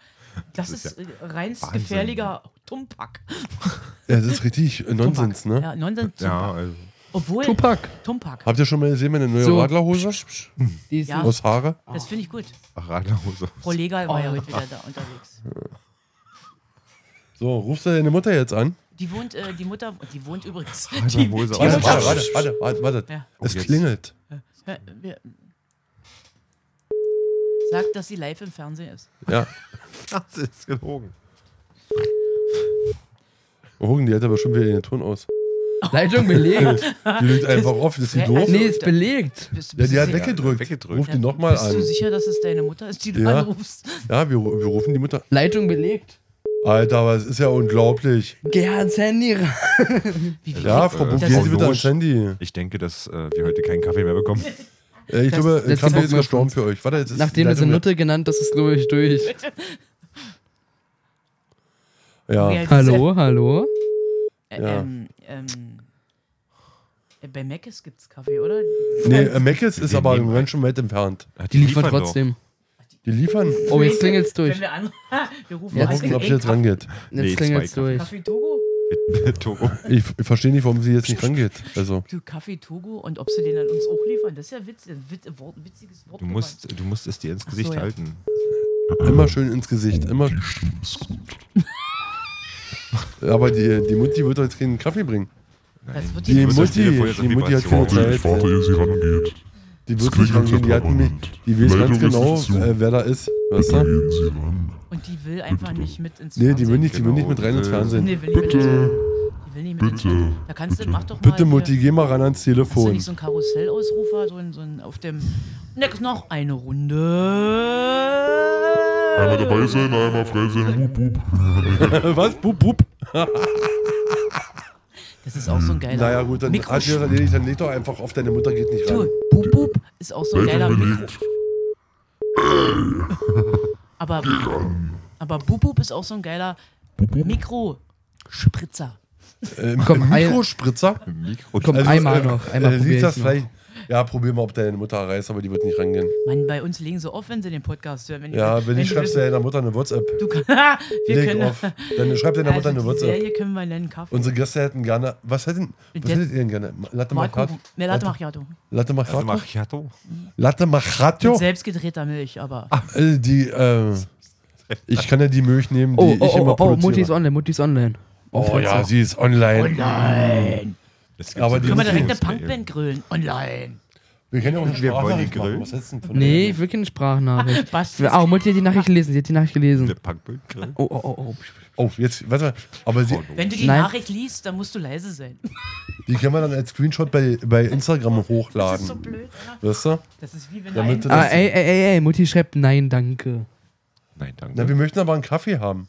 Speaker 3: Das,
Speaker 4: ist
Speaker 3: ist, äh, reinst
Speaker 4: Wahnsinn. ne?
Speaker 3: gefährlicher Tumpak.
Speaker 2: <laughs> ja, das ist
Speaker 3: <laughs>
Speaker 2: richtig äh, Nonsens,
Speaker 3: Tumpak.
Speaker 2: ne?
Speaker 3: Ja, Nonsens.
Speaker 4: Ja,
Speaker 3: Tumpak.
Speaker 4: also.
Speaker 3: Obwohl.
Speaker 1: Tupac.
Speaker 3: Tumpak.
Speaker 2: Habt ihr schon mal gesehen, meine neue
Speaker 1: So.
Speaker 2: Radlerhose?
Speaker 1: Die ist
Speaker 3: Ja.
Speaker 2: Aus Haare?
Speaker 3: Das finde ich gut.
Speaker 4: Ach, Radlerhose.
Speaker 3: Pro Legal war ja
Speaker 1: Oh.
Speaker 3: heute wieder da unterwegs.
Speaker 2: So, rufst du deine Mutter jetzt an?
Speaker 3: Die wohnt, äh, die Mutter, die
Speaker 1: <laughs>
Speaker 3: wohnt übrigens. Die,
Speaker 4: Alter,
Speaker 3: die
Speaker 4: Hose,
Speaker 3: Mutter,
Speaker 4: Alter,
Speaker 2: Warte, warte, <laughs> warte, warte, warte. warte.
Speaker 3: Ja.
Speaker 2: Es
Speaker 4: Oh, jetzt.
Speaker 2: klingelt.
Speaker 3: Äh, wir- Sagt, dass sie live im Fernsehen ist.
Speaker 4: <laughs>
Speaker 2: Ja.
Speaker 4: Das ist gelogen.
Speaker 2: Hogan, die hat aber schon wieder den Ton aus.
Speaker 1: Leitung belegt.
Speaker 2: Die legt einfach auf, ist die
Speaker 3: Ja,
Speaker 2: doof?
Speaker 3: also-
Speaker 1: nee, ist belegt.
Speaker 3: Bist,
Speaker 2: Ja, die hat
Speaker 3: du sicher-
Speaker 2: weggedrückt.
Speaker 4: weggedrückt.
Speaker 2: Ruf die
Speaker 3: Ja,
Speaker 2: nochmal
Speaker 3: Bist du
Speaker 2: an.
Speaker 3: sicher, dass es deine Mutter ist, die du
Speaker 2: Ja.
Speaker 3: anrufst?
Speaker 2: Ja, wir, ru- wir rufen die Mutter.
Speaker 1: Leitung belegt.
Speaker 2: Alter, aber es ist ja unglaublich.
Speaker 1: Geh ans Handy ran.
Speaker 3: Wie, wie,
Speaker 2: Ja, Frau
Speaker 4: äh,
Speaker 2: Buch,
Speaker 3: das
Speaker 2: gehen
Speaker 3: ist-
Speaker 2: Sie bitte ans
Speaker 4: Logisch.
Speaker 2: Handy.
Speaker 4: Ich denke, dass äh, wir heute keinen Kaffee mehr bekommen.
Speaker 2: Äh, ich
Speaker 3: Das-
Speaker 2: glaube,
Speaker 1: das
Speaker 2: Kaffee
Speaker 1: macht
Speaker 2: ist
Speaker 1: man
Speaker 2: gestorben für euch. Warte, jetzt ist
Speaker 1: Nachdem
Speaker 2: die
Speaker 1: du so
Speaker 2: Leitung
Speaker 1: Nutte genannt hast, ist glaube ich
Speaker 3: <laughs>
Speaker 1: durch.
Speaker 2: wieder- Ja.
Speaker 3: Wer-
Speaker 1: Hallo, hallo.
Speaker 3: Äh,
Speaker 2: Ja.
Speaker 3: ähm, ähm, äh, bei Meckes gibt's Kaffee, oder?
Speaker 2: Nee, äh, Meckes ist
Speaker 4: Wir
Speaker 2: aber
Speaker 4: nehmen-
Speaker 2: ganz schön weit entfernt.
Speaker 4: Ah,
Speaker 1: Die liefern
Speaker 4: doch.
Speaker 1: trotzdem.
Speaker 2: Die liefern.
Speaker 1: Oh, jetzt klingelt's durch.
Speaker 3: Wenn wir, an, <laughs> wir rufen
Speaker 2: Mal
Speaker 1: Jetzt-
Speaker 3: an.
Speaker 2: gucken, ob
Speaker 3: Ey,
Speaker 2: sie jetzt rangeht.
Speaker 4: Nee,
Speaker 1: Jetzt klingelt's
Speaker 4: zwei
Speaker 1: durch.
Speaker 3: Kaffee Togo?
Speaker 4: <laughs> Togo.
Speaker 2: Ich, ich verstehe nicht, warum sie jetzt nicht rangeht. Also,
Speaker 3: Du, Kaffee Togo und ob sie den an uns auch liefern, das ist ja witz, äh, witz, äh, Wort, witziges Wort.
Speaker 4: Du musst, du musst es dir ins
Speaker 3: so,
Speaker 4: Gesicht
Speaker 3: ja.
Speaker 4: halten.
Speaker 2: immer schön ins Gesicht. Immer. Aber die, die Mutti wird doch jetzt keinen Kaffee bringen.
Speaker 3: Das wird
Speaker 2: Die
Speaker 3: die,
Speaker 4: muss das
Speaker 2: Mutti,
Speaker 4: Telefon jetzt auf
Speaker 2: die Mutti hat
Speaker 4: Vibration.
Speaker 2: keine Zeit.
Speaker 7: Warte, ich warte,
Speaker 2: äh,
Speaker 7: ehe sie rangeht.
Speaker 2: Die
Speaker 7: Es
Speaker 2: wird nicht
Speaker 7: klingelt
Speaker 2: rangehen. Die, hat nämlich,
Speaker 7: jetzt
Speaker 2: die weiß
Speaker 7: Leitung
Speaker 2: ganz
Speaker 7: ist
Speaker 2: genau,
Speaker 7: nicht zu.
Speaker 2: äh, wer da ist. Weißt du?
Speaker 7: Gehen sie ran.
Speaker 3: und die will einfach nicht mit ins
Speaker 2: Nee,
Speaker 3: Fernsehen.
Speaker 2: die will nicht, die will
Speaker 4: Genau,
Speaker 2: nicht mit rein ins
Speaker 4: die will-
Speaker 2: Fernsehen.
Speaker 3: Nee, will nicht mit ins
Speaker 7: Bitte,
Speaker 3: Die will nicht mit ins
Speaker 7: bitte.
Speaker 3: Da kannst du, mach doch mal.
Speaker 2: Bitte,
Speaker 3: hier-
Speaker 2: Mutti, geh mal ran ans
Speaker 3: Hast du
Speaker 2: Telefon.
Speaker 3: nicht so einen Karussellausrufer, so ein, so ein auf dem. Ne, noch eine Runde.
Speaker 7: Einmal dabei sein, einmal frei sein. Wup, wup.
Speaker 2: Äh, Was? Bub, bub.
Speaker 3: Das ist auch so ein geiler.
Speaker 2: Naja, gut, dann
Speaker 3: Mikro-
Speaker 2: hat sie das erledigt. Dann leg doch einfach auf, deine Mutter geht nicht
Speaker 3: Du,
Speaker 2: ran.
Speaker 3: Boop Boop ist auch so ein geiler
Speaker 7: Leitung
Speaker 3: Mikro.
Speaker 7: belegt.
Speaker 3: Aber, aber Boop Boop ist auch so ein geiler Mikrospritzer.
Speaker 2: Ähm, <laughs>
Speaker 1: Komm, ein-
Speaker 2: Mikrospritzer? Also,
Speaker 4: Mikro.
Speaker 1: Komm, einmal noch, einmal probier
Speaker 2: liegt
Speaker 1: ich's
Speaker 2: das
Speaker 1: noch.
Speaker 2: vielleicht? Ja, probier mal, ob deine Mutter reißt, aber die wird nicht rangehen.
Speaker 3: Mann, bei uns legen sie auf, wenn sie den Podcast hören. Wenn die-
Speaker 2: Ja, wenn
Speaker 3: die
Speaker 2: nicht, schreibst du
Speaker 3: wissen,
Speaker 2: deiner Mutter eine WhatsApp.
Speaker 3: Du kann, <laughs> wir
Speaker 2: Leg
Speaker 3: können.
Speaker 2: auf. Dann schreib
Speaker 3: <laughs>
Speaker 2: deiner
Speaker 3: Also
Speaker 2: Mutter eine
Speaker 3: die
Speaker 2: WhatsApp.
Speaker 3: Serie können wir nennen Kaffee.
Speaker 2: Unsere Gäste hätten gerne. Was hätten. Was
Speaker 3: Der-
Speaker 2: hättet ihr denn gerne? Latte
Speaker 3: Marco.
Speaker 2: Macchiato?
Speaker 3: Ne, Latte Macchiato.
Speaker 2: Latte
Speaker 4: Also
Speaker 2: Macchiato?
Speaker 4: Macchiato.
Speaker 2: Latte
Speaker 3: Mit
Speaker 2: Macchiato?
Speaker 3: selbst gedrehter Milch, aber.
Speaker 2: Äh, die, äh, ich kann ja die Milch nehmen, die
Speaker 1: Oh, oh,
Speaker 2: ich immer
Speaker 1: oh, oh, Mutti ist
Speaker 2: produziere.
Speaker 1: online, Mutti ist online.
Speaker 2: oh ja, sie ist online.
Speaker 4: Das gibt's
Speaker 2: Aber die-
Speaker 3: Können wir
Speaker 2: das
Speaker 3: direkt eine
Speaker 4: ist-
Speaker 3: Punkband grillen? Online.
Speaker 2: Wir können ja auch eine
Speaker 4: Wir wollen die
Speaker 2: Sprachnachricht machen.
Speaker 4: grillen.
Speaker 2: Was hältst du denn von
Speaker 1: Nee, ich will keine
Speaker 3: <laughs>
Speaker 1: Sprachnachricht.
Speaker 3: Was?
Speaker 1: Oh, Mutti hat die Nachricht gelesen, sie hat die Nachricht
Speaker 4: Der
Speaker 1: gelesen.
Speaker 4: Punkbild.
Speaker 1: Oh, oh, oh, oh.
Speaker 2: Oh, jetzt, warte mal. Aber sie,
Speaker 3: Wenn du die
Speaker 1: Nein.
Speaker 3: Nachricht liest, dann musst du leise sein.
Speaker 2: die können wir dann als Screenshot bei, bei Instagram
Speaker 3: Das ist so
Speaker 2: hochladen.
Speaker 3: blöd, Alter.
Speaker 2: Weißt du?
Speaker 3: Das ist wie wenn du
Speaker 2: Damit
Speaker 3: ein
Speaker 2: du
Speaker 1: Ah,
Speaker 2: das,
Speaker 1: ey, ey, ey, ey, Mutti schreibt nein, danke.
Speaker 4: Nein,
Speaker 2: na,
Speaker 4: danke.
Speaker 2: wir möchten aber einen Kaffee haben.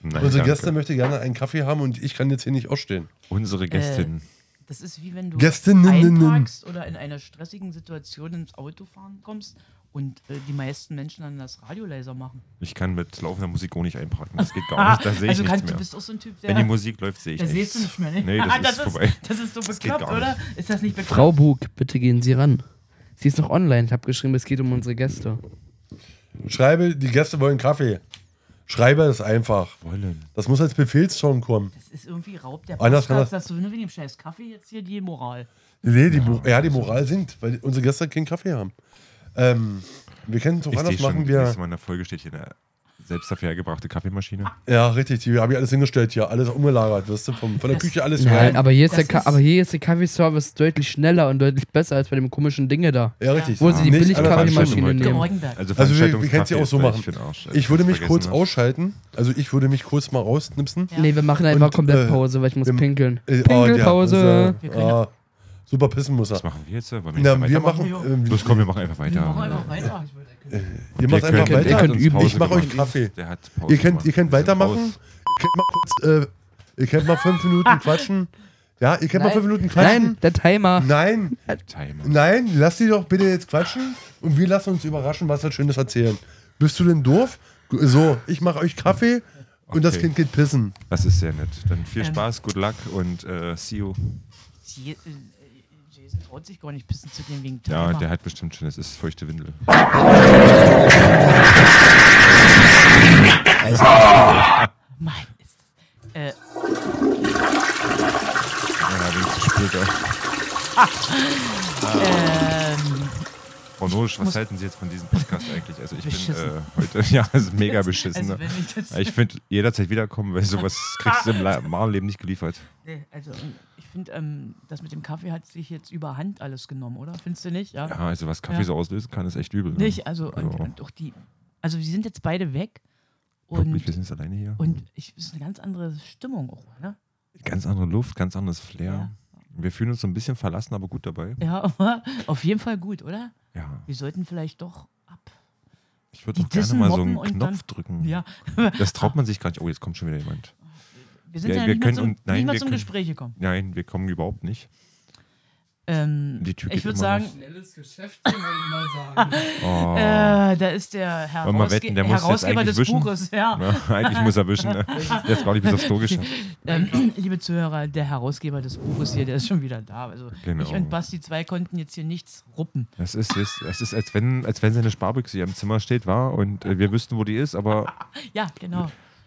Speaker 4: Nein,
Speaker 2: Unsere
Speaker 4: danke.
Speaker 2: Gäste möchte gerne einen Kaffee haben und ich kann jetzt hier nicht ausstehen.
Speaker 4: Unsere
Speaker 3: Äh.
Speaker 4: Gästin.
Speaker 3: Das ist wie wenn du
Speaker 2: Gästinnen-
Speaker 3: einparkst oder in einer stressigen Situation ins Auto fahren kommst und äh, die meisten Menschen dann das Radio leiser machen.
Speaker 4: Ich kann mit laufender Musik auch nicht einparken. Das geht
Speaker 3: <laughs>
Speaker 4: gar nicht. Da sehe ich
Speaker 3: also kannst, du
Speaker 4: nichts mehr.
Speaker 3: bist auch so ein Typ, der.
Speaker 4: Wenn die Musik läuft, sehe ich
Speaker 3: da
Speaker 4: nichts.
Speaker 3: siehst du nicht mehr, ne? <laughs>
Speaker 4: Nee, das, ist vorbei.
Speaker 3: Das ist so
Speaker 4: geht
Speaker 3: bekloppt,
Speaker 4: gar
Speaker 3: oder? Ist das nicht bekloppt?
Speaker 1: Frau Bug, bitte gehen Sie ran. Sie ist noch online. Ich habe geschrieben, es geht um unsere Gäste.
Speaker 2: Schreibe, die Gäste wollen Kaffee. Schreibe es einfach.
Speaker 4: Wollen.
Speaker 2: Das muss als Befehlston kommen.
Speaker 3: Das ist irgendwie Raub der
Speaker 2: Anders kann
Speaker 3: Podcast,
Speaker 2: das-
Speaker 3: dass du nur wegen dem scheiß Kaffee jetzt hier die Moral.
Speaker 2: Nee, die, Mo- ja, die Moral sinkt, weil unsere Gäste keinen Kaffee haben. Ähm, wir können es auch
Speaker 4: Ich sehe
Speaker 2: anders machen.
Speaker 4: schon, nächstes
Speaker 2: Wir,
Speaker 4: Mal in der Folge steht hier eine selbst dafür hergebrachte Kaffeemaschine.
Speaker 2: ja, richtig, die habe ich alles hingestellt hier. Alles umgelagert, wirst du, vom, von der
Speaker 3: Das-
Speaker 2: Küche alles
Speaker 1: Nein,
Speaker 2: rein.
Speaker 1: aber hier ist, der,
Speaker 3: das
Speaker 1: Ka
Speaker 3: ist-
Speaker 1: aber hier ist der Kaffeeservice deutlich schneller und deutlich besser als bei dem komischen Dinge da.
Speaker 2: Ja, richtig.
Speaker 1: Wo sie die
Speaker 2: Nichts
Speaker 1: Billigkaffeemaschine
Speaker 4: anderes.
Speaker 1: nehmen.
Speaker 3: Der Morgenberg.
Speaker 4: Also,
Speaker 2: Also wir, wir können es
Speaker 4: Veranstaltungskaffee
Speaker 2: ja auch
Speaker 4: ist
Speaker 2: so
Speaker 4: gleich
Speaker 2: machen.
Speaker 4: für den Arsch. Also,
Speaker 2: Ich würde mich
Speaker 4: vergessen
Speaker 2: kurz
Speaker 4: hast.
Speaker 2: ausschalten. Also ich würde mich kurz mal rausnipsen.
Speaker 3: Ja.
Speaker 1: Nee, wir machen einfach
Speaker 2: Und,
Speaker 1: komplett
Speaker 2: äh,
Speaker 1: Pause, weil ich muss
Speaker 2: wir-
Speaker 1: pinkeln.
Speaker 2: Äh, oh, der-
Speaker 1: Pinkelpause.
Speaker 2: unser- ah, super pissen muss er.
Speaker 4: Was machen wir jetzt? Wollen wir jetzt
Speaker 2: Na, wir
Speaker 4: weitermachen?
Speaker 2: machen, ähm,
Speaker 4: Los, komm, wir machen einfach
Speaker 3: Wir machen
Speaker 4: weiter.
Speaker 3: einfach weiter. Ich wollte-
Speaker 2: ihr
Speaker 4: Der
Speaker 2: macht einfach
Speaker 4: Köln- der
Speaker 2: weiter.
Speaker 4: hat
Speaker 1: könnt
Speaker 4: uns
Speaker 1: üben.
Speaker 4: Pause
Speaker 2: Ich mach euch
Speaker 4: gemacht.
Speaker 2: einen Kaffee.
Speaker 4: Der hat Pause
Speaker 2: Ihr könnt,
Speaker 4: gemacht.
Speaker 2: ihr könnt
Speaker 4: Wir sind
Speaker 2: weitermachen.
Speaker 4: raus.
Speaker 2: Ihr könnt mal kurz, äh, ihr könnt mal fünf Minuten quatschen. Ja, ihr könnt mal
Speaker 1: Nein.
Speaker 2: fünf Minuten
Speaker 1: Nein,
Speaker 2: quatschen.
Speaker 1: der Timer.
Speaker 2: Nein,
Speaker 4: Timer.
Speaker 2: nein, lass die doch bitte jetzt quatschen und wir lassen uns überraschen, was wir Schönes erzählen. Bist du denn doof? So, ich mache euch Kaffee und das
Speaker 4: Okay.
Speaker 2: Kind geht pissen.
Speaker 4: Das ist sehr nett. Dann viel
Speaker 3: Ähm.
Speaker 4: Spaß, good luck und äh, see you.
Speaker 3: Je- äh, Jason traut sich gar nicht pissen zu gehen wegen
Speaker 4: Ja,
Speaker 3: Timer.
Speaker 4: der hat bestimmt schon, es ist feuchte Windel.
Speaker 3: Mann, ist das, äh,
Speaker 4: Ja, wenigstens später. <laughs>
Speaker 3: ähm,
Speaker 4: Frau Nosch, was halten Sie jetzt von diesem Podcast eigentlich? Also ich bin
Speaker 3: Beschissen.
Speaker 4: äh, heute, <laughs> ja, es ist mega beschissen.
Speaker 3: also
Speaker 4: ne?
Speaker 3: wenn ich das,
Speaker 4: ich finde, jederzeit wiederkommen, weil sowas kriegst du im La- normalen Leben nicht geliefert.
Speaker 3: nee, also ähm, ich finde, ähm, das mit dem Kaffee hat sich jetzt überhand alles genommen, oder? Findest du nicht? Ja.
Speaker 4: Ja, also was Kaffee
Speaker 3: Ja.
Speaker 4: so auslösen kann, ist echt übel. ne?
Speaker 3: Nicht, also,
Speaker 4: Also,
Speaker 3: Und, und auch die, also wir sind jetzt beide weg
Speaker 4: wirklich, wir
Speaker 3: und,
Speaker 4: sind jetzt alleine hier.
Speaker 3: und ich, ist eine ganz andere Stimmung auch, ne?
Speaker 4: Ganz andere Luft, ganz anderes Flair.
Speaker 3: Ja.
Speaker 4: Wir fühlen uns so ein bisschen verlassen, aber gut dabei.
Speaker 3: Ja, aber <laughs> auf jeden Fall gut, oder?
Speaker 4: Ja,
Speaker 3: Wir sollten vielleicht doch ab.
Speaker 4: ich würde
Speaker 3: Die
Speaker 4: doch gerne
Speaker 3: dissen,
Speaker 4: mal so
Speaker 3: mobben
Speaker 4: einen
Speaker 3: und
Speaker 4: Knopf
Speaker 3: dann-
Speaker 4: drücken.
Speaker 3: Ja, <laughs>
Speaker 4: Das traut man sich gar nicht. Oh, jetzt kommt schon wieder jemand.
Speaker 3: wir sind
Speaker 4: Ja,
Speaker 3: ja,
Speaker 4: wir
Speaker 3: nicht
Speaker 4: können
Speaker 3: mehr zum,
Speaker 4: und- nein,
Speaker 3: nicht mehr
Speaker 4: wir
Speaker 3: zum
Speaker 4: können-
Speaker 3: Gespräch gekommen.
Speaker 4: Nein, wir kommen überhaupt nicht.
Speaker 3: Ähm,
Speaker 4: Die Tür geht
Speaker 3: ich würde
Speaker 4: immer
Speaker 3: sagen,
Speaker 4: noch.
Speaker 1: Schnelles Geschäft, würde ich mal sagen.
Speaker 4: Oh.
Speaker 3: Äh, da ist der
Speaker 4: Wollen wir
Speaker 3: Herausge
Speaker 4: wetten, der muss jetzt
Speaker 3: Herausgeber
Speaker 4: eigentlich
Speaker 3: des
Speaker 4: wischen?
Speaker 3: Buches. Ja.
Speaker 4: Ja, eigentlich muss er wischen. Ne? Der ist gar nicht bis aufs Tor
Speaker 3: <laughs>
Speaker 4: geschafft.
Speaker 3: Ähm, <clears throat> liebe Zuhörer, der Herausgeber des Buches hier, der ist schon wieder da. Also
Speaker 4: Genau.
Speaker 3: ich und Basti 2 konnten jetzt hier nichts ruppen.
Speaker 4: Das ist, das das ist als, wenn, als wenn seine Sparbüchse hier im Zimmer steht, war und äh, wir wüssten, wo die ist, aber
Speaker 3: Ja, genau.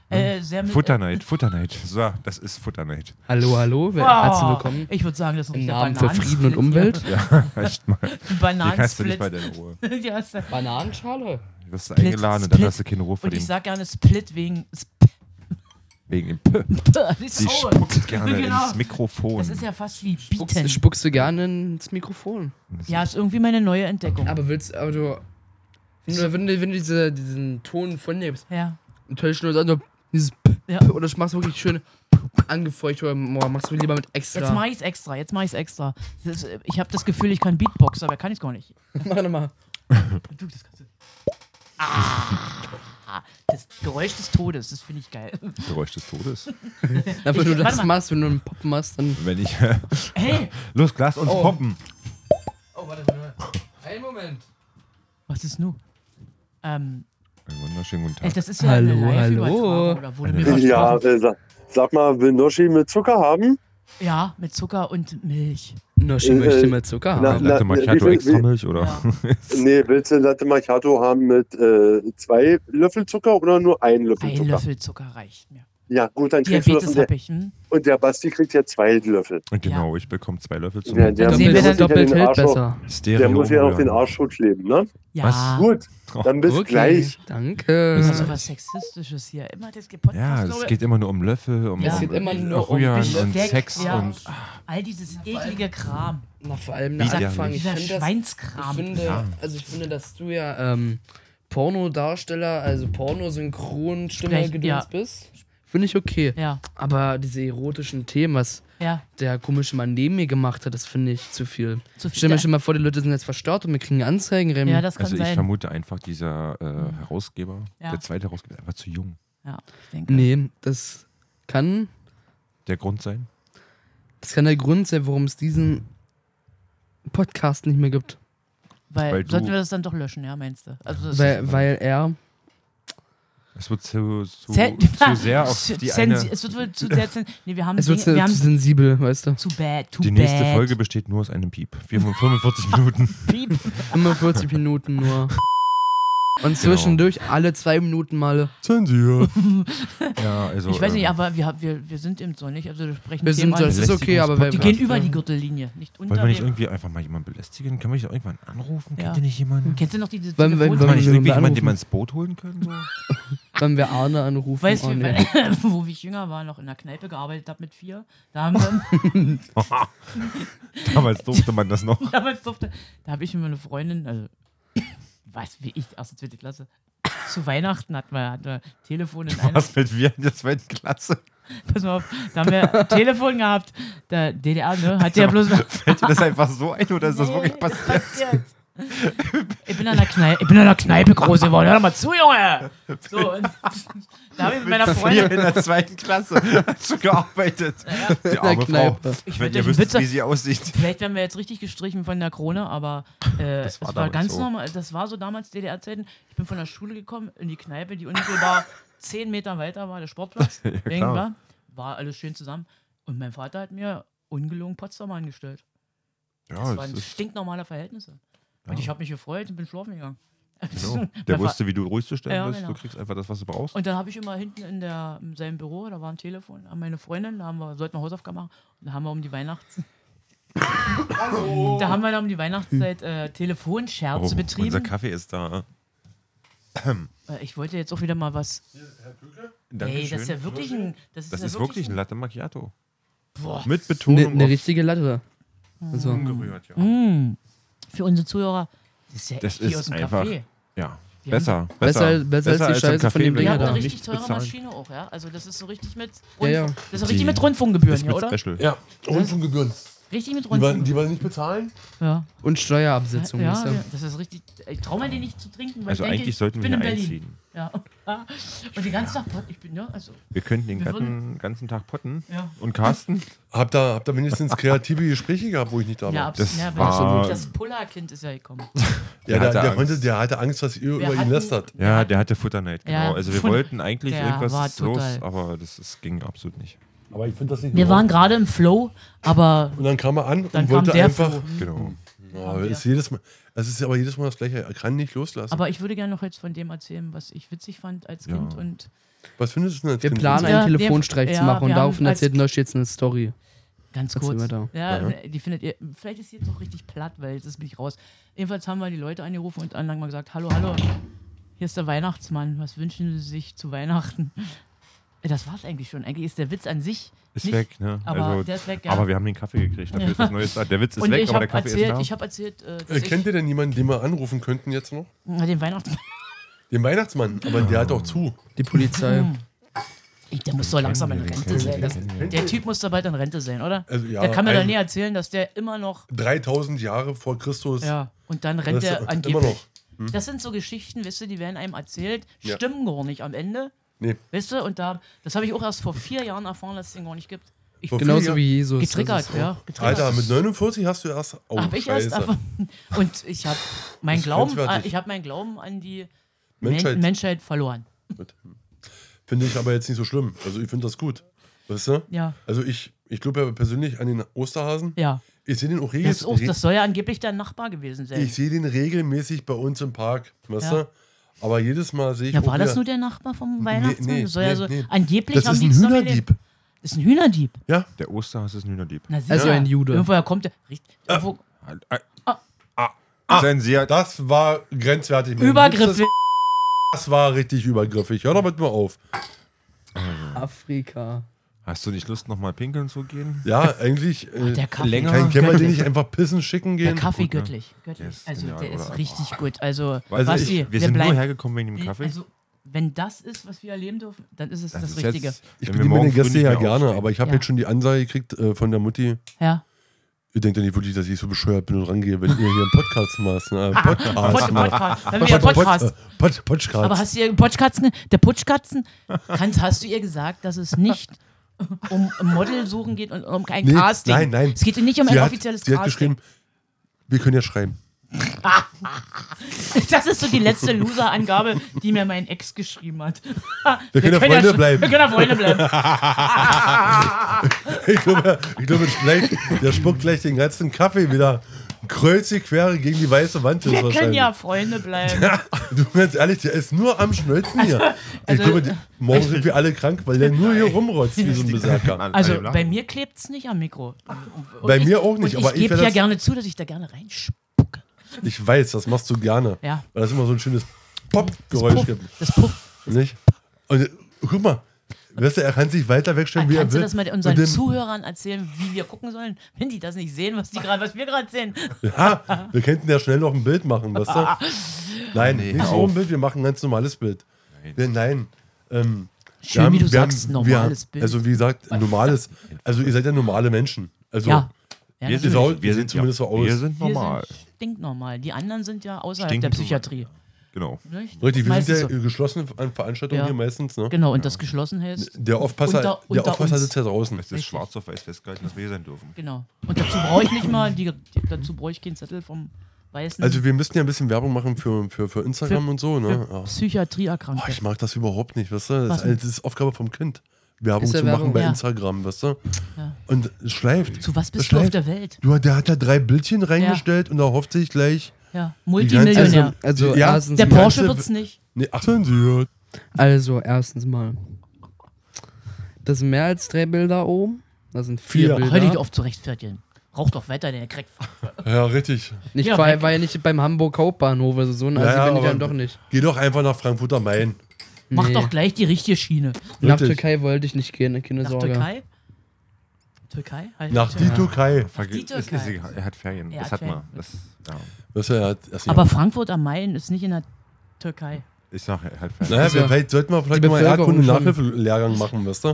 Speaker 3: Äh, sehr mit,
Speaker 4: Futterneid, Futterneid. So, das ist Futterneid. <laughs>
Speaker 1: Hallo, hallo,
Speaker 3: äh,
Speaker 1: wer- herzlich
Speaker 3: oh,
Speaker 1: willkommen.
Speaker 3: Ich würde sagen, das ist
Speaker 1: Im
Speaker 3: ein
Speaker 1: Namen für Frieden und Umwelt.
Speaker 4: Ja, echt mal. Die kannst du nicht bei
Speaker 3: <laughs> Bananensplit.
Speaker 4: deiner Ruhe.
Speaker 3: <laughs> Ja, ist der-
Speaker 1: Bananenschale.
Speaker 4: Du wirst
Speaker 3: Split,
Speaker 4: eingeladen und dann
Speaker 3: Split.
Speaker 4: hast du keine Ruhe
Speaker 3: und ich
Speaker 4: verdient.
Speaker 3: sag gerne Split wegen <laughs>
Speaker 4: Wegen dem P.
Speaker 3: Split. <laughs>
Speaker 4: Sie spuckt gerne
Speaker 3: Genau.
Speaker 4: ins Mikrofon.
Speaker 3: Das ist ja fast wie
Speaker 1: Spuckst,
Speaker 3: Bieten.
Speaker 1: spuckst du gerne ins Mikrofon.
Speaker 3: Ja, ist irgendwie meine neue Entdeckung.
Speaker 1: Aber willst aber du. Wenn du, wenn du, wenn du diese, diesen Ton von dir bist,
Speaker 3: ja.
Speaker 1: enttäuscht nur so also dieses P-
Speaker 3: Ja.
Speaker 1: P- oder machst du wirklich schön angefeucht oder boah, machst du lieber mit
Speaker 3: Jetzt mach
Speaker 1: extra.
Speaker 3: ich's extra, jetzt mach ich's extra. Das ist, äh, ich habe das Gefühl, ich kann Beatbox, aber kann ich's gar nicht.
Speaker 1: <laughs> mach nochmal.
Speaker 3: Du, das kannst du. Ah, das Geräusch des Todes, das finde ich geil.
Speaker 4: Geräusch des Todes.
Speaker 1: Na, wenn du
Speaker 3: warte
Speaker 1: das
Speaker 3: mal.
Speaker 1: machst, wenn du einen Pop machst, dann.
Speaker 4: <laughs> Wenn ich. <laughs>
Speaker 3: Hey,
Speaker 4: Los, Glas uns
Speaker 1: Oh.
Speaker 4: poppen.
Speaker 1: Oh, warte, warte. Einen Moment.
Speaker 3: was ist nun? Ähm,
Speaker 4: Einen wunderschönen guten
Speaker 3: ey,
Speaker 4: Tag.
Speaker 3: das ist ja eine
Speaker 1: Hallo,
Speaker 3: Live-Übertragung,
Speaker 1: hallo.
Speaker 3: oder wurde mir
Speaker 8: Ja,
Speaker 3: versprochen.
Speaker 8: äh, sa sag mal, will Noschi mit Zucker haben?
Speaker 3: Ja, mit Zucker und Milch.
Speaker 1: Noshi
Speaker 8: Äh,
Speaker 1: möchte
Speaker 8: äh,
Speaker 1: mal Zucker
Speaker 8: na,
Speaker 1: haben.
Speaker 8: na-
Speaker 4: Latte Macchiato
Speaker 8: wie viel-
Speaker 4: extra Milch oder?
Speaker 3: Ja.
Speaker 8: Nee, willst du Latte Macchiato haben mit äh, zwei Löffel Zucker oder nur einen Löffel
Speaker 3: Ein
Speaker 8: Zucker?
Speaker 3: Löffel Zucker reicht mir.
Speaker 8: Ja, gut, dann kriegst du das.
Speaker 3: Diabetes
Speaker 8: Und der,
Speaker 3: hab ich. Hm?
Speaker 8: und der Basti kriegt ja zwei Löffel.
Speaker 4: Und <laughs> genau, ich bekomme zwei Löffel zum
Speaker 8: Ja, der-
Speaker 1: Doppelt,
Speaker 3: sehen wir dann-
Speaker 1: doppelt,
Speaker 8: den
Speaker 1: hält
Speaker 8: Arsch auch-
Speaker 1: besser.
Speaker 4: Stereo.
Speaker 8: Der muss ja auf den
Speaker 4: umrühren.
Speaker 8: Arsch kleben, ne?
Speaker 3: Ja.
Speaker 8: Gut, dann bis gleich.
Speaker 1: Danke.
Speaker 4: Bis
Speaker 3: Also was Sexistisches hier. Immer das geht Podcast,
Speaker 4: Ja, es
Speaker 3: glaube-
Speaker 4: geht immer nur um Löffel, um,
Speaker 1: Es
Speaker 4: um
Speaker 1: geht immer nur um
Speaker 4: Rühren
Speaker 1: Besteck,
Speaker 4: und Sex
Speaker 3: ja.
Speaker 4: und
Speaker 3: All dieses eklige Kram.
Speaker 1: Na, vor allem
Speaker 4: Wie
Speaker 1: der
Speaker 4: der-
Speaker 1: Anfang. Ich
Speaker 3: Dieser
Speaker 1: finde das
Speaker 3: Schweinskram.
Speaker 1: Ich finde,
Speaker 4: Ja.
Speaker 1: also ich finde, dass du ja ähm, Pornodarsteller, also Pornosynchronstimme
Speaker 3: Sprech-
Speaker 1: gedöns
Speaker 3: ja.
Speaker 1: bist. Finde ich okay.
Speaker 3: ja,
Speaker 1: Aber diese erotischen Themen, was
Speaker 3: ja.
Speaker 1: der komische Mann neben mir gemacht hat, das finde ich zu viel.
Speaker 3: Zu viel-
Speaker 1: Stell mir schon mal vor, die Leute sind jetzt verstört und wir kriegen Anzeigen. Remy.
Speaker 3: Ja, das kann
Speaker 4: Also ich
Speaker 3: sein. Mhm.
Speaker 4: vermute einfach, dieser äh, Herausgeber,
Speaker 3: Ja.
Speaker 4: der zweite Herausgeber, ist einfach zu jung.
Speaker 3: ja, ich denke.
Speaker 1: nee, das kann,
Speaker 4: Der Grund sein?
Speaker 1: das kann der Grund sein, warum es diesen Podcast nicht mehr gibt.
Speaker 3: Weil,
Speaker 4: Weil du-
Speaker 3: sollten wir das dann doch löschen, ja, meinst du? Also das
Speaker 1: Weil, weil er
Speaker 4: Es wird zu, zu,
Speaker 3: Zen- <laughs>
Speaker 4: zu sehr auf die eine...
Speaker 3: Sensi- Es wird wohl zu sehr zen- Nee, wir haben,
Speaker 1: es wird
Speaker 3: Dinge,
Speaker 1: zu,
Speaker 3: wir
Speaker 1: zu
Speaker 3: haben
Speaker 1: sensibel, weißt du.
Speaker 3: zu bad, too
Speaker 4: Die
Speaker 3: bad.
Speaker 4: nächste Folge besteht nur aus einem Piep. 45 <laughs> Minuten.
Speaker 3: Piep.
Speaker 4: <laughs>
Speaker 1: 45 Minuten
Speaker 3: <laughs>
Speaker 1: nur. Und zwischendurch alle zwei Minuten mal.
Speaker 4: Zensier. ja, also...
Speaker 3: Ich weiß nicht,
Speaker 1: äh,
Speaker 4: ähm,
Speaker 3: aber wir, hab- wir, wir sind eben so nicht. Also wir sprechen
Speaker 1: Wir sind,
Speaker 3: Themen an.
Speaker 1: das ist okay, aber
Speaker 4: Lässt
Speaker 1: wir
Speaker 4: sich
Speaker 3: Die gehen über die Gürtellinie, nicht unter
Speaker 4: Wollen wir nicht
Speaker 3: dem-
Speaker 4: irgendwie einfach mal jemanden belästigen? Können wir nicht irgendwann anrufen?
Speaker 3: Ja.
Speaker 4: Kennt ihr nicht jemanden?
Speaker 3: Kennst du noch diese
Speaker 1: Wollen- wollen- wollen
Speaker 4: Kann man
Speaker 3: Telefon...
Speaker 4: nicht
Speaker 1: wir
Speaker 4: irgendwie jemanden,
Speaker 1: anrufen?
Speaker 4: den man ins Boot holen können? So?
Speaker 1: Wenn wir Arne anrufen.
Speaker 3: Weißt
Speaker 1: oh,
Speaker 3: du,
Speaker 1: nee.
Speaker 3: <laughs> wo ich jünger war, noch in der Kneipe gearbeitet habe mit vier, da haben wir... <laughs>
Speaker 4: <laughs> Damals durfte man das noch.
Speaker 3: damals durfte. Da habe ich und meine Freundin, also was wie ich, erste, zweite Klasse. Zu Weihnachten hatten wir, hatten wir Telefon in einer.
Speaker 4: Was mit wir in der zweiten Klasse?
Speaker 3: Pass mal auf, da haben wir ein Telefon gehabt. Der DDR, ne? Hat ja bloß.
Speaker 4: Fällt dir das einfach so ein oder ist das wirklich
Speaker 3: Nee,
Speaker 4: passiert?
Speaker 3: Ich bin, an der Kneipe, ich bin an der Kneipe groß geworden. Hör doch mal zu, Junge! So,
Speaker 4: <laughs>
Speaker 3: und da habe ich mit meiner
Speaker 4: Das hier
Speaker 3: Freundin.
Speaker 4: in der zweiten Klasse hat schon gearbeitet. Die arme Frau.
Speaker 1: Kneipe.
Speaker 3: Ich
Speaker 4: Wenn
Speaker 3: wollte
Speaker 4: ihr
Speaker 3: euch einen Witz
Speaker 4: wisst, wie
Speaker 3: sagen.
Speaker 4: sie aussieht.
Speaker 3: Vielleicht werden wir jetzt richtig gestrichen von der Krone, aber äh,
Speaker 4: Das war
Speaker 3: es war
Speaker 4: damals
Speaker 3: ganz
Speaker 4: so.
Speaker 3: normal. Das war so damals DDR-Zeiten. Ich bin von der Schule gekommen in die Kneipe, die
Speaker 4: <laughs>
Speaker 3: unmittelbar zehn Meter weiter war, der Sportplatz.
Speaker 4: klar.
Speaker 3: irgendwann war. war alles schön zusammen. Und mein Vater hat mir ungelogen Potsdam angestellt.
Speaker 4: Ja,
Speaker 3: Das
Speaker 4: das
Speaker 3: waren
Speaker 4: ist,
Speaker 3: stinknormale Verhältnisse. Und
Speaker 4: Ja.
Speaker 3: ich habe mich gefreut und bin schlafen gegangen. <laughs>
Speaker 4: genau.
Speaker 3: Mein
Speaker 4: Der
Speaker 3: Fa-
Speaker 4: wusste, wie du ruhig zu stellen
Speaker 3: Ja,
Speaker 4: bist.
Speaker 3: genau.
Speaker 4: Du kriegst einfach das, was du brauchst.
Speaker 3: Und dann habe ich immer hinten in, der, in seinem Büro, da war ein Telefon, an meine Freundin, da haben wir, sollten wir Hausaufgaben machen, und da haben wir um die Weihnachts... Da haben wir dann um die Weihnachtszeit äh, Telefonscherze
Speaker 4: Oh, unser
Speaker 3: betrieben.
Speaker 4: Kaffee ist da.
Speaker 3: Äh, Ich wollte jetzt auch wieder mal was. Ey, das
Speaker 4: Dankeschön.
Speaker 3: ist ja wirklich ein. Das ist,
Speaker 4: Das
Speaker 3: ja
Speaker 4: ist wirklich ein Latte Macchiato.
Speaker 3: Boah.
Speaker 4: Mit
Speaker 1: Eine
Speaker 4: Betonung
Speaker 1: ne
Speaker 4: auf
Speaker 1: richtige Latte. Also,
Speaker 4: ungerührt, ja.
Speaker 3: Mm. Für unsere Zuhörer, das ist ja
Speaker 4: Das
Speaker 3: echt wie
Speaker 4: ist
Speaker 3: aus dem
Speaker 4: einfach-
Speaker 3: Café.
Speaker 4: Ja,
Speaker 3: Wir
Speaker 4: besser.
Speaker 1: Besser als- besser als die
Speaker 4: im
Speaker 1: Scheiße von
Speaker 4: Café,
Speaker 1: dem
Speaker 4: wenn
Speaker 1: Ding
Speaker 3: Ihr
Speaker 1: Ja,
Speaker 3: habt
Speaker 1: da.
Speaker 3: eine
Speaker 4: man
Speaker 3: richtig
Speaker 4: nicht
Speaker 3: teure
Speaker 4: bezahlt.
Speaker 3: Maschine auch, ja? Also, das ist so richtig mit.
Speaker 1: Ja, ja.
Speaker 3: Rundfunk- Das ist richtig
Speaker 4: Die-
Speaker 3: mit Rundfunkgebühren
Speaker 4: Das
Speaker 3: hier,
Speaker 4: mit
Speaker 3: oder?
Speaker 4: Special.
Speaker 2: Ja, Rundfunkgebühren.
Speaker 3: Richtig mit
Speaker 2: Die man,
Speaker 3: Rundfunkgebühren.
Speaker 2: die man nicht bezahlen?
Speaker 3: Ja.
Speaker 1: und Steuerabsetzung.
Speaker 3: ja,
Speaker 1: wisst ihr?
Speaker 3: ja, das ist richtig. Ich traue mir den nicht zu trinken, weil
Speaker 4: Also
Speaker 3: ich denke,
Speaker 4: eigentlich
Speaker 3: ich
Speaker 4: sollten wir
Speaker 3: bin
Speaker 4: hier
Speaker 3: in Berlin.
Speaker 4: einziehen.
Speaker 3: Ja. Und den ganzen Tag, Pott- ich bin, ja, also,
Speaker 4: Wir könnten den
Speaker 3: Wir
Speaker 4: ganzen, ganzen Tag potten.
Speaker 3: ja.
Speaker 4: Und Carsten,
Speaker 2: Habt ihr habt ihr wenigstens kreative Gespräche gehabt, wo ich nicht da war?
Speaker 3: Ja,
Speaker 2: Ja,
Speaker 3: abs-
Speaker 4: das
Speaker 3: ja, wenn-
Speaker 4: war-
Speaker 3: Das Pullerkind ist ja gekommen.
Speaker 2: der,
Speaker 4: Der
Speaker 2: der,
Speaker 4: hatte Angst.
Speaker 2: konnte, der hatte Angst, dass ihr über ihn
Speaker 3: hatten-
Speaker 2: lästert.
Speaker 4: ja, der hatte Futterneid, genau.
Speaker 3: Ja,
Speaker 4: also wir
Speaker 3: Fut-
Speaker 4: wollten eigentlich
Speaker 3: der war
Speaker 4: irgendwas los,
Speaker 3: total-
Speaker 4: aber das ist, ging absolut nicht.
Speaker 2: Aber ich finde das nicht
Speaker 3: Wir waren gerade im Flow, aber
Speaker 2: Und dann kam er an
Speaker 3: dann
Speaker 2: und
Speaker 3: kam
Speaker 2: wollte
Speaker 3: der
Speaker 2: einfach.
Speaker 3: Flow.
Speaker 4: Genau.
Speaker 2: Ja, es ist jedes Mal, es ist aber jedes Mal das Gleiche. Er kann nicht loslassen.
Speaker 3: Aber ich würde gerne noch jetzt von dem erzählen, was ich witzig fand als
Speaker 4: Ja.
Speaker 3: Kind. Und
Speaker 2: Was findest du denn als
Speaker 1: Wir
Speaker 2: Kind?
Speaker 1: planen
Speaker 3: Ja,
Speaker 1: einen
Speaker 3: wir-
Speaker 1: Telefonstreich
Speaker 3: ja,
Speaker 1: zu machen und
Speaker 3: wir
Speaker 1: daraufhin
Speaker 3: haben als-
Speaker 1: erzählt euch jetzt eine Story.
Speaker 3: ganz
Speaker 1: Erzähl
Speaker 3: kurz.
Speaker 1: weiter.
Speaker 3: Ja, die findet ihr. Vielleicht ist sie jetzt auch richtig platt, weil jetzt bin ich raus. Jedenfalls haben wir die Leute angerufen und dann mal gesagt: Hallo, hallo, hier ist der Weihnachtsmann. Was wünschen Sie sich zu Weihnachten? <laughs> Das war's eigentlich schon. Eigentlich ist der Witz an sich
Speaker 4: Ist
Speaker 3: nicht,
Speaker 4: weg, ne?
Speaker 3: aber
Speaker 4: also,
Speaker 3: der ist weg, ja.
Speaker 4: aber wir haben den Kaffee gekriegt. Dafür
Speaker 3: <laughs>
Speaker 4: ist das Neue da. Der Witz ist
Speaker 3: und
Speaker 4: weg,
Speaker 3: ich
Speaker 4: aber
Speaker 3: habe
Speaker 4: der Kaffee
Speaker 3: erzählt,
Speaker 4: ist
Speaker 3: ich
Speaker 4: da.
Speaker 3: habe erzählt, äh, dass
Speaker 2: Äh, kennt
Speaker 3: ich
Speaker 2: ihr denn jemanden, den wir anrufen könnten jetzt noch?
Speaker 3: äh, den Weihnachtsmann.
Speaker 2: Den Weihnachtsmann, aber der hat auch zu.
Speaker 1: Die Polizei.
Speaker 3: <laughs> Hm. Ey, Der muss doch langsam in Rente sein. Das, der Typ muss doch bald in Rente sein, oder?
Speaker 2: Also, ja,
Speaker 3: der kann mir doch
Speaker 2: ein-
Speaker 3: nie erzählen, dass der immer noch.
Speaker 2: 3000 Jahre vor Christus.
Speaker 3: Ja, und dann
Speaker 2: Das
Speaker 3: rennt
Speaker 2: ist
Speaker 3: er
Speaker 2: immer
Speaker 3: angeblich.
Speaker 2: noch. hm.
Speaker 3: Das sind so Geschichten, weißt du, die werden einem erzählt,
Speaker 2: Ja.
Speaker 3: stimmen gar nicht am Ende.
Speaker 2: Nee.
Speaker 3: Weißt du, und da, das habe ich auch erst vor vier Jahren erfahren, dass es den gar nicht gibt. Ich
Speaker 2: Vor
Speaker 3: bin
Speaker 2: vier
Speaker 1: Genauso
Speaker 2: Jahren-
Speaker 1: wie Jesus.
Speaker 3: getriggert,
Speaker 1: Das ist-
Speaker 3: ja. Getriggert.
Speaker 2: Alter, mit 49 hast du erst. Oh,
Speaker 3: Hab ich erst
Speaker 2: Scheiße.
Speaker 3: erfahren. Und ich habe mein
Speaker 2: ist
Speaker 3: Glauben,
Speaker 2: grenzwertig.
Speaker 3: ich habe meinen Glauben an die
Speaker 2: Menschheit.
Speaker 3: Men Menschheit verloren.
Speaker 2: Finde ich aber jetzt nicht so schlimm. Also, ich finde das gut. Weißt du?
Speaker 3: Ja.
Speaker 2: Also, ich, ich glaube ja persönlich an den Osterhasen.
Speaker 3: Ja.
Speaker 2: Ich sehe den auch
Speaker 3: Das, ist
Speaker 2: regelmäßig.
Speaker 3: auch, das soll ja angeblich dein Nachbar gewesen sein.
Speaker 2: Ich sehe den regelmäßig bei uns im Park. Weißt
Speaker 3: Ja.
Speaker 2: du? Aber jedes Mal sehe ich.
Speaker 3: Ja,
Speaker 2: auch
Speaker 3: war das
Speaker 2: wieder-
Speaker 3: nur der Nachbar vom Weihnachtsmann?
Speaker 2: nee,
Speaker 3: Das soll ja
Speaker 2: nee,
Speaker 3: so,
Speaker 2: nee.
Speaker 3: Angeblich
Speaker 2: Das
Speaker 3: haben
Speaker 2: ist
Speaker 3: die
Speaker 2: ein
Speaker 3: es noch erlebt.
Speaker 2: Hühnerdieb.
Speaker 3: Das ist ein Hühnerdieb.
Speaker 2: Ja.
Speaker 4: Der Osterhass ist ein Hühnerdieb. Äh,
Speaker 3: Na,
Speaker 1: Also
Speaker 3: sicher.
Speaker 1: ein Jude.
Speaker 3: Irgendwoher kommt der. Richt-
Speaker 2: Äh,
Speaker 3: Irgendwo,
Speaker 4: Ah, Sein sehr
Speaker 2: Das war grenzwertig. Mein
Speaker 3: Übergriff.
Speaker 2: Liebstes- Das war richtig übergriffig. Hör doch mit mal auf.
Speaker 1: Afrika.
Speaker 4: Hast du nicht Lust, nochmal pinkeln zu gehen?
Speaker 2: Ja, eigentlich. Äh,
Speaker 3: Der Kaffee.
Speaker 4: länger-
Speaker 2: kann,
Speaker 4: Göttlich.
Speaker 2: kann man den nicht einfach pissen schicken
Speaker 3: Der
Speaker 2: gehen?
Speaker 3: Kaffee
Speaker 4: Gut, ne?
Speaker 3: göttlich. göttlich.
Speaker 4: Der ist
Speaker 3: also
Speaker 2: genau,
Speaker 4: genial,
Speaker 3: der ist
Speaker 4: oder?
Speaker 3: richtig gut. Also,
Speaker 4: Also
Speaker 3: Basti,
Speaker 4: ich, wir,
Speaker 3: wir
Speaker 4: sind nur
Speaker 3: bleiben.
Speaker 4: hergekommen wegen dem Kaffee.
Speaker 3: Also, wenn das ist, was wir erleben dürfen, dann ist es das,
Speaker 4: ist
Speaker 3: Richtige.
Speaker 4: jetzt-
Speaker 2: Ich
Speaker 4: wenn wir
Speaker 2: bediene meine
Speaker 4: morgen früh
Speaker 2: Gäste
Speaker 4: nicht
Speaker 2: ja
Speaker 4: mehr
Speaker 2: gerne,
Speaker 4: aufstehen.
Speaker 2: aber ich habe
Speaker 3: Ja.
Speaker 2: jetzt schon die Ansage gekriegt äh, von der Mutti.
Speaker 3: ja.
Speaker 2: Ihr denkt ja nicht wirklich, dass ich so bescheuert bin und rangehe, wenn ihr hier einen Podcast macht. Ne? Äh, Podcast.
Speaker 3: Ah, Pod,
Speaker 2: macht.
Speaker 3: Podcast. Dann wieder Podcast.
Speaker 2: Pod, Pod, Podcast.
Speaker 3: Aber hast du ihr Potschkatzen, der Putschkatzen, kannst, hast du ihr gesagt, dass es nicht um Model suchen geht und um ein
Speaker 2: Nee,
Speaker 3: Casting?
Speaker 2: nein, nein.
Speaker 3: Es geht nicht um ein
Speaker 2: sie hat,
Speaker 3: offizielles
Speaker 2: sie hat
Speaker 3: Casting.
Speaker 2: geschrieben, wir können ja schreiben.
Speaker 3: <laughs> Das ist so die letzte Loser-Angabe, die mir mein Ex geschrieben
Speaker 2: <laughs>
Speaker 3: hat. Wir,
Speaker 2: können ja Freunde
Speaker 3: sch-
Speaker 2: bleiben.
Speaker 3: Wir können ja
Speaker 2: <laughs>
Speaker 3: Freunde bleiben.
Speaker 2: <laughs> Ich glaube, ich glaube gleich, der spuckt gleich den ganzen Kaffee wieder kreuzig quer gegen die weiße Wand.
Speaker 3: Wir
Speaker 2: wahrscheinlich.
Speaker 3: können ja Freunde
Speaker 2: <laughs>
Speaker 3: bleiben.
Speaker 2: Ja, du ganz ehrlich, der ist nur am Schnölzen hier. ich
Speaker 3: also-
Speaker 2: glaube, die, morgen sind wir alle krank, weil der nur
Speaker 3: <laughs>
Speaker 2: hier rumrotzt wie so ein Berserker.
Speaker 3: Also bei mir klebt es nicht am Mikro. Und
Speaker 2: Bei
Speaker 3: ich-
Speaker 2: mir auch nicht,
Speaker 3: und
Speaker 2: aber ich
Speaker 3: ich gebe
Speaker 2: wär
Speaker 3: ja
Speaker 2: das-
Speaker 3: gerne zu, dass ich da gerne reinspucke.
Speaker 2: Ich weiß, das machst du gerne.
Speaker 3: Ja.
Speaker 2: Weil das immer so ein schönes
Speaker 3: Das
Speaker 2: Pop-Geräusch
Speaker 3: Puff,
Speaker 2: gibt.
Speaker 3: das Puff.
Speaker 2: Nicht? Und äh, guck mal, weißt du, er kann sich weiter wegstellen,
Speaker 3: Dann
Speaker 2: wie er
Speaker 3: Ah, kannst du
Speaker 2: will.
Speaker 3: das mal
Speaker 2: Und
Speaker 3: unseren
Speaker 2: dann-
Speaker 3: Zuhörern erzählen, wie wir gucken sollen, wenn die das nicht sehen, was, die grad, was wir gerade sehen.
Speaker 2: Ja, Ah, wir könnten ja schnell noch ein Bild machen, weißt
Speaker 3: <laughs>
Speaker 2: du? Nein, nicht so ein Bild, wir machen ein ganz normales Bild. Nein. Wir, nein. Ähm,
Speaker 3: Schön, wie du sagst, normales
Speaker 2: wir,
Speaker 3: Bild.
Speaker 2: Also wie gesagt, normales, also ihr seid ja normale Menschen. Also
Speaker 3: ja. ja
Speaker 2: Wir
Speaker 3: natürlich.
Speaker 2: sind-
Speaker 3: wir
Speaker 2: Sau- die sehen zumindest so aus.
Speaker 4: Wir sind
Speaker 3: sind
Speaker 4: normal.
Speaker 3: stinknormal. Die anderen sind ja außerhalb der
Speaker 4: Stinknormal.
Speaker 3: Psychiatrie.
Speaker 4: Genau.
Speaker 3: Nicht?
Speaker 2: Leute, wir
Speaker 3: Meistens
Speaker 2: sind ja
Speaker 3: so.
Speaker 2: geschlossen an Veranstaltungen
Speaker 3: Ja.
Speaker 2: hier meistens, ne?
Speaker 3: Genau, und das geschlossen hältst.
Speaker 2: Der Aufpasser,
Speaker 3: Unter-
Speaker 2: der
Speaker 3: unter
Speaker 2: Aufpasser
Speaker 3: uns.
Speaker 2: sitzt ja draußen.
Speaker 4: Es ist schwarz auf weiß festgehalten, dass wir sein dürfen.
Speaker 3: Genau. Und dazu brauche ich nicht mal, die, dazu brauche ich keinen Zettel vom weißen
Speaker 2: Also wir müssten ja ein bisschen Werbung machen für, für, für Instagram
Speaker 3: Mhm. Für-
Speaker 2: und so, ne? Ja. Oh,
Speaker 3: Psychiatrieerkrankte.
Speaker 2: ich mag das überhaupt nicht, weißt du? Das,
Speaker 3: Was
Speaker 2: ist- halt das ist Aufgabe vom Kind. Werbung
Speaker 1: Ist ja
Speaker 2: zu machen
Speaker 1: Werbung.
Speaker 2: bei
Speaker 3: Ja.
Speaker 2: Instagram, weißt du?
Speaker 3: Ja.
Speaker 2: Und es schleift.
Speaker 3: Zu was
Speaker 2: Es
Speaker 3: bist du auf
Speaker 2: schleift.
Speaker 3: der Welt?
Speaker 2: Du, der hat da drei Bildchen reingestellt und da hofft sich gleich.
Speaker 3: Ja,
Speaker 2: ganze-
Speaker 3: Multimillionär.
Speaker 2: Also-
Speaker 1: Also,
Speaker 2: Ja,
Speaker 1: erstens
Speaker 3: der
Speaker 1: mal,
Speaker 3: Porsche
Speaker 2: ganze-
Speaker 3: wird's nicht.
Speaker 2: Nee, ach, zensiert.
Speaker 1: also, erstens mal. Das sind mehr als drei Bilder oben. Das sind vier
Speaker 2: Vier.
Speaker 1: Bilder.
Speaker 3: Hör Halt dich auf zu rechtfertigen. Rauch doch weiter, denn er kriegt.
Speaker 2: Ja, richtig.
Speaker 1: Ich
Speaker 3: Ja,
Speaker 1: war,
Speaker 3: weg.
Speaker 1: war ja nicht beim Hamburg Hauptbahnhof, also so ein
Speaker 2: Ja,
Speaker 1: Assi
Speaker 2: ja,
Speaker 1: bin ich
Speaker 2: aber-
Speaker 1: dann doch nicht.
Speaker 2: Geh doch einfach nach Frankfurt am Main.
Speaker 3: Mach
Speaker 1: Nee.
Speaker 3: doch gleich die richtige Schiene.
Speaker 1: Nach
Speaker 2: Richtig.
Speaker 1: Türkei wollte ich nicht gehen, keine
Speaker 3: Nach
Speaker 1: Sorge.
Speaker 3: Türkei? Türkei? Halt
Speaker 2: Nach die Türkei.
Speaker 4: Verge-
Speaker 3: Türkei.
Speaker 4: es ist egal, Er hat Ferien.
Speaker 3: Er
Speaker 4: das
Speaker 3: hat
Speaker 4: hat man.
Speaker 3: Ferien.
Speaker 4: Das, ja.
Speaker 2: Weißt du, er hat erst
Speaker 3: Aber Frankfurt am Main ist nicht in der Türkei.
Speaker 4: Ich sage, er hat Ferien.
Speaker 2: Naja,
Speaker 1: Also,
Speaker 2: wir vielleicht sollten wir vielleicht
Speaker 1: die
Speaker 2: mal Erdkunde
Speaker 1: Bevölkerung schon.
Speaker 2: Nachhilfelehrgang machen,
Speaker 1: <laughs>
Speaker 2: weißt du?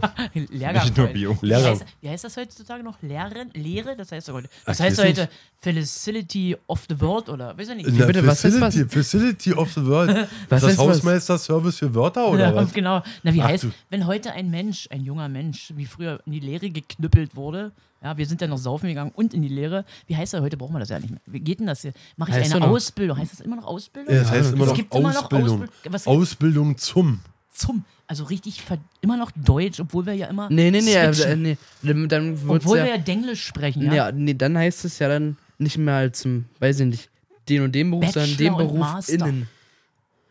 Speaker 3: Lehrgang.
Speaker 4: Nicht nur
Speaker 3: halt.
Speaker 4: Bio.
Speaker 3: Wie
Speaker 2: Lehrgang.
Speaker 3: heißt, wie heißt das heutzutage noch? Lehren, Lehre? Das heißt doch heute.
Speaker 2: ich
Speaker 3: Das heißt
Speaker 2: weiß
Speaker 3: doch heute Felicity of the World oder weiß ich nicht.
Speaker 2: Na,
Speaker 1: bitte, was ist
Speaker 2: Facility, Facility of the World.
Speaker 1: Was ist
Speaker 2: ist das
Speaker 1: was?
Speaker 2: Hausmeister-Service für Wörter oder
Speaker 3: <laughs> Ja,
Speaker 2: was?
Speaker 3: Genau. Na, wie
Speaker 2: Ach
Speaker 3: heißt,
Speaker 2: du.
Speaker 3: wenn heute ein Mensch, ein junger Mensch, wie früher in die Lehre geknüppelt wurde, ja, wir sind ja noch saufen gegangen und in die Lehre, wie heißt er heute? Brauchen wir das ja nicht mehr. Wie geht denn das hier? Mache ich
Speaker 1: Heißt
Speaker 3: eine
Speaker 1: doch noch-
Speaker 3: Ausbildung? Heißt das immer noch Ausbildung?
Speaker 2: Ja, das heißt immer
Speaker 3: es
Speaker 2: noch
Speaker 3: gibt immer noch
Speaker 2: Ausbildung.
Speaker 3: Ausbildung. Was-
Speaker 2: Ausbildung zum.
Speaker 3: Zum, also richtig ver immer noch Deutsch, obwohl wir ja immer.
Speaker 1: Nee, nee, nee, äh,
Speaker 3: switchen.
Speaker 1: nee. Dann dann wird's
Speaker 3: obwohl
Speaker 1: ja,
Speaker 3: wir ja Denglisch sprechen, ja.
Speaker 1: nee, ja, nee, dann heißt es ja dann nicht mehr als zum, weiß ich nicht, den und den Beruf, sondern
Speaker 3: Bachelor
Speaker 1: den
Speaker 3: und
Speaker 1: Beruf
Speaker 3: Master.
Speaker 1: innen.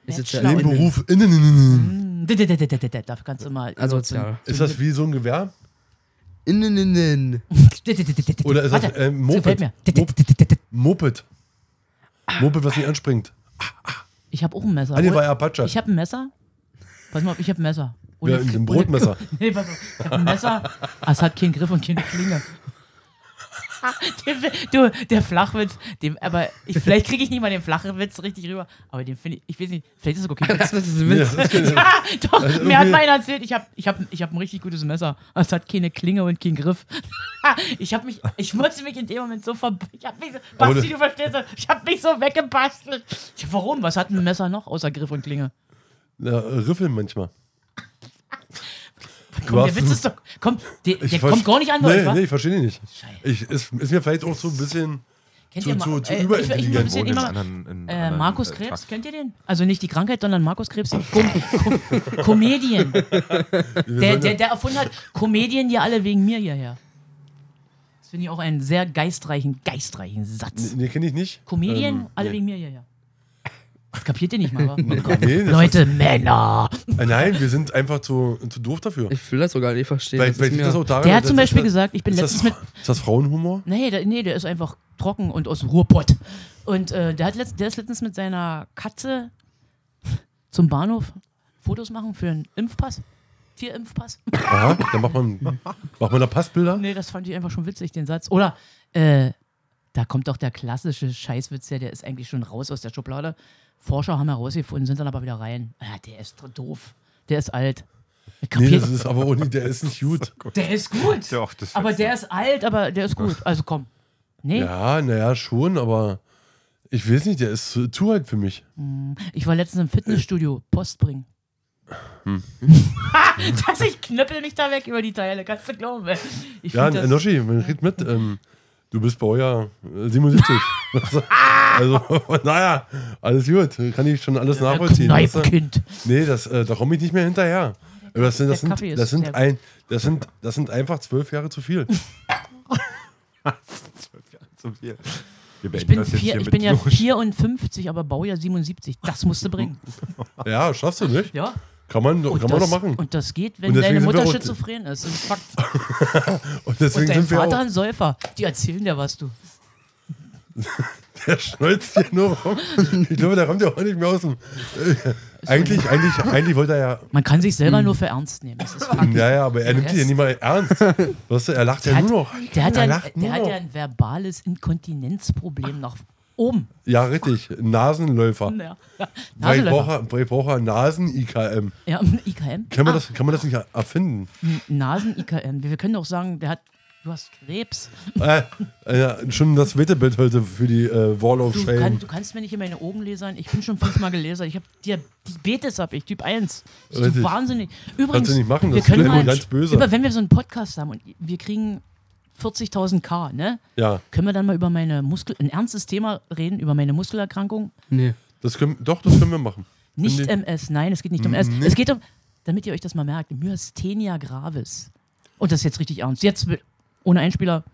Speaker 1: Ist jetzt ja
Speaker 3: Bachelor
Speaker 1: innen.
Speaker 2: Den
Speaker 3: und-
Speaker 2: Beruf innen.
Speaker 3: Mm, d- d- d- d- d- d- d- Da kannst du mal.
Speaker 1: Also,
Speaker 3: so- <laughs>
Speaker 1: ja.
Speaker 2: Ist das wie so ein Gewehr?
Speaker 1: Innen, innen.
Speaker 3: d- d- d- d- d- d-
Speaker 2: Oder ist das
Speaker 3: Warte,
Speaker 2: äh, Moped?
Speaker 3: gefällt mir. D- d-
Speaker 2: Mop
Speaker 3: d- d- d- d-
Speaker 2: Moped.
Speaker 3: Ah.
Speaker 2: Moped, was nicht anspringt.
Speaker 3: Ich habe auch ein Messer.
Speaker 2: Ah, nee,
Speaker 3: oder?
Speaker 2: war ja Apache.
Speaker 3: Ich habe ein Messer. Pass mal auf, ich habe ein Messer. Ohne-
Speaker 2: Ja, ein
Speaker 3: ohne-
Speaker 2: Brotmesser.
Speaker 3: <laughs> Nee, pass auf. Ich habe ein Messer. Ah, es hat keinen Griff und keine Klinge. <laughs> Der, du, der Flachwitz, dem, aber ich, vielleicht kriege ich nicht mal den flachen Witz richtig rüber, aber den finde ich, ich weiß nicht, vielleicht ist es okay.
Speaker 1: <laughs> Das ist ein
Speaker 2: Nee,
Speaker 1: Witz.
Speaker 2: das ist keine-
Speaker 3: <laughs> Doch,
Speaker 2: Also
Speaker 3: mir hat
Speaker 2: irgendwie-
Speaker 3: meiner erzählt, ich habe ich hab, ich hab ein richtig gutes Messer. aber Es hat keine Klinge und keinen Griff. <laughs> ich habe mich, ich musste mich in dem Moment so ver... Ich habe mich so,
Speaker 2: Aber
Speaker 3: Basti,
Speaker 2: du-
Speaker 3: du verstehst das, ich habe mich so weggebastelt. Ich, warum? Was hat ein Messer noch außer Griff und Klinge?
Speaker 2: Na, Riffeln manchmal. Du
Speaker 3: Komm, der
Speaker 2: hast-
Speaker 3: Witz ist doch... Komm, der, der
Speaker 2: Ich
Speaker 3: kommt
Speaker 2: verste-
Speaker 3: gar nicht an bei euch,
Speaker 2: Nee,
Speaker 3: wa?
Speaker 2: nee, ich verstehe den nicht.
Speaker 3: Scheiße.
Speaker 2: Ich, ist, ist mir vielleicht auch so ein bisschen.
Speaker 3: Kennt
Speaker 2: zu-
Speaker 3: ihr
Speaker 2: zu- zu
Speaker 3: äh, ich-
Speaker 2: überintelligent
Speaker 3: ich- ich- ich-
Speaker 2: wurden
Speaker 3: ich-
Speaker 4: im
Speaker 3: ich-
Speaker 4: anderen- im
Speaker 3: Äh,
Speaker 4: anderen,
Speaker 3: Markus
Speaker 4: äh,
Speaker 3: Krebs,
Speaker 4: Trakt.
Speaker 3: kennt ihr den? Also nicht die Krankheit, sondern Markus Krebs, den Com Com Comedian. Der, der, der erfunden hat, Comedian ja alle wegen mir hierher. Das finde ich auch einen sehr geistreichen, geistreichen Satz.
Speaker 2: Nee, kenne ich
Speaker 3: <laughs>
Speaker 2: nicht.
Speaker 3: Comedian,
Speaker 2: Ähm,
Speaker 3: alle
Speaker 2: nee.
Speaker 3: wegen mir hierher. Das kapiert ihr nicht mal, wa?
Speaker 2: <laughs>
Speaker 3: Oh
Speaker 2: Nee, das
Speaker 3: Leute, Männer!
Speaker 2: Ist, äh, nein, wir sind einfach zu, zu doof dafür.
Speaker 1: Ich will das sogar nicht verstehen.
Speaker 2: Weil-
Speaker 1: das
Speaker 2: weil
Speaker 1: ist
Speaker 2: liegt
Speaker 1: mir,
Speaker 2: das auch daran,
Speaker 3: Der hat
Speaker 2: dass-
Speaker 3: zum Beispiel
Speaker 2: dass-
Speaker 3: gesagt, ich bin
Speaker 2: ist
Speaker 3: letztens
Speaker 2: das,
Speaker 3: mit.
Speaker 2: ist das Frauenhumor?
Speaker 3: Nee der, nee, der ist einfach trocken und aus dem Ruhrpott. Und äh, der, hat letzt, der ist letztens mit seiner Katze zum Bahnhof Fotos machen für einen Impfpass. Tierimpfpass.
Speaker 2: Aha, dann macht man, macht man da Passbilder.
Speaker 3: Nee, das fand ich einfach schon witzig, den Satz. Oder, äh, da kommt doch der klassische Scheißwitz her, der ist eigentlich schon raus aus der Schublade. Forscher haben herausgefunden, sind dann aber wieder rein. Ja, der ist doof. Der ist alt.
Speaker 2: Nee,
Speaker 3: Kapiert?
Speaker 2: das ist aber auch nicht, der ist nicht gut.
Speaker 3: der ist gut.
Speaker 4: Doch, das
Speaker 3: aber
Speaker 4: weiß
Speaker 3: der ist alt, aber der ist gut. Also komm. Nee,
Speaker 2: Ja, naja, schon, aber ich weiß nicht, der ist zu, zu alt für mich.
Speaker 3: ich war letztens im Fitnessstudio. Post bringen.
Speaker 2: Hm.
Speaker 3: <laughs> Dass ich knüppel mich da weg über die Teile, kannst du glauben. ey. Ich
Speaker 2: Ja,
Speaker 3: find das-
Speaker 2: Noschi, man redet mit. Ähm, du bist Baujahr äh, 77.
Speaker 3: <laughs>
Speaker 2: also, also, <laughs> naja, alles gut. Kann ich schon alles nachvollziehen. weißt du?
Speaker 3: Kneipenkind.
Speaker 2: Nee, das, äh, da komme ich nicht mehr hinterher. Aber Das sind, das
Speaker 3: Der
Speaker 2: sind,
Speaker 3: Kaffee ist
Speaker 2: das
Speaker 3: sehr
Speaker 2: sind,
Speaker 3: gut.
Speaker 2: ein, das sind, das sind einfach zwölf Jahre zu
Speaker 3: <laughs>
Speaker 2: viel.
Speaker 4: Zu viel. Wir
Speaker 3: Ich
Speaker 4: beenden
Speaker 3: bin,
Speaker 4: das jetzt
Speaker 3: vier,
Speaker 4: hier
Speaker 3: ich
Speaker 4: mit
Speaker 3: bin ja
Speaker 4: Josh.
Speaker 3: 54, aber Baujahr 77. Das
Speaker 2: <laughs>
Speaker 3: musst du bringen.
Speaker 2: Ja, schaffst du nicht.
Speaker 3: Ja.
Speaker 2: Kann man, doch-
Speaker 3: Und
Speaker 2: kann man doch
Speaker 3: das,
Speaker 2: machen.
Speaker 3: Und das geht, wenn
Speaker 2: Und deswegen
Speaker 3: deine
Speaker 2: sind wir
Speaker 3: Mutter
Speaker 2: auch-
Speaker 3: schizophren ist. Das ist
Speaker 2: <laughs>
Speaker 3: Fakt.
Speaker 2: Und
Speaker 3: Und
Speaker 2: deswegen
Speaker 3: dein
Speaker 2: sind wir
Speaker 3: Vater
Speaker 2: auch.
Speaker 3: ein Säufer. Die erzählen dir was, du.
Speaker 2: Der schnolzt hier nur rum. Ich glaube, der kommt ja auch nicht mehr
Speaker 3: <laughs>
Speaker 2: aus dem. Äh, eigentlich, eigentlich, eigentlich wollte er ja.
Speaker 3: Man kann sich
Speaker 2: Hm.
Speaker 3: selber nur für ernst nehmen. Das ist Fakt.
Speaker 2: Ja, ja, aber er nimmt
Speaker 3: Der
Speaker 2: sich ja
Speaker 3: ist-
Speaker 2: nicht mal ernst. Weißt du, er lacht ja
Speaker 3: Der hat-
Speaker 2: nur noch.
Speaker 3: Der hat, ja,
Speaker 2: er
Speaker 3: ein,
Speaker 2: lacht nur
Speaker 3: der hat ja
Speaker 2: noch.
Speaker 3: ein verbales Inkontinenzproblem nach Oben.
Speaker 2: Ja, richtig. Nasenläufer.
Speaker 3: Ja.
Speaker 2: Weil ich
Speaker 3: Nasenlöcher.
Speaker 2: brauche, weil ich brauche Nasen-IKM.
Speaker 3: Ja, <laughs> IKM.
Speaker 2: Kann man,
Speaker 3: Ah,
Speaker 2: das, kann man das nicht erfinden?
Speaker 3: Nasen-IKM. Wir wir können doch sagen, der hat. Du hast Krebs.
Speaker 2: äh, äh, schon das Wetterbild heute für die äh, Wall of
Speaker 3: Du,
Speaker 2: Shame.
Speaker 3: kann, du kannst mir nicht in meine Augen lesern. Ich bin schon fünfmal gelesert. Ich habe Diabetes hab ich, Typ 1. Das ist
Speaker 2: Richtig.
Speaker 3: so wahnsinnig. Übrigens,
Speaker 2: du nicht machen,
Speaker 3: wir
Speaker 2: das
Speaker 3: können
Speaker 2: klingt
Speaker 3: mal,
Speaker 2: ganz böse.
Speaker 3: Über, wenn wir so einen Podcast haben und wir kriegen 40.000 K, ne?
Speaker 2: Ja,
Speaker 3: Können wir dann mal über meine Muskel, ein ernstes Thema reden, über meine Muskelerkrankung?
Speaker 1: Nee.
Speaker 2: das können, doch, das können wir machen.
Speaker 3: Nicht ähm,
Speaker 2: Finde ich-
Speaker 3: MS, nein, es geht nicht um S. Es geht um, damit ihr euch das mal merkt, Myasthenia gravis. Und das ist jetzt richtig ernst. Jetzt will- ohne Einspieler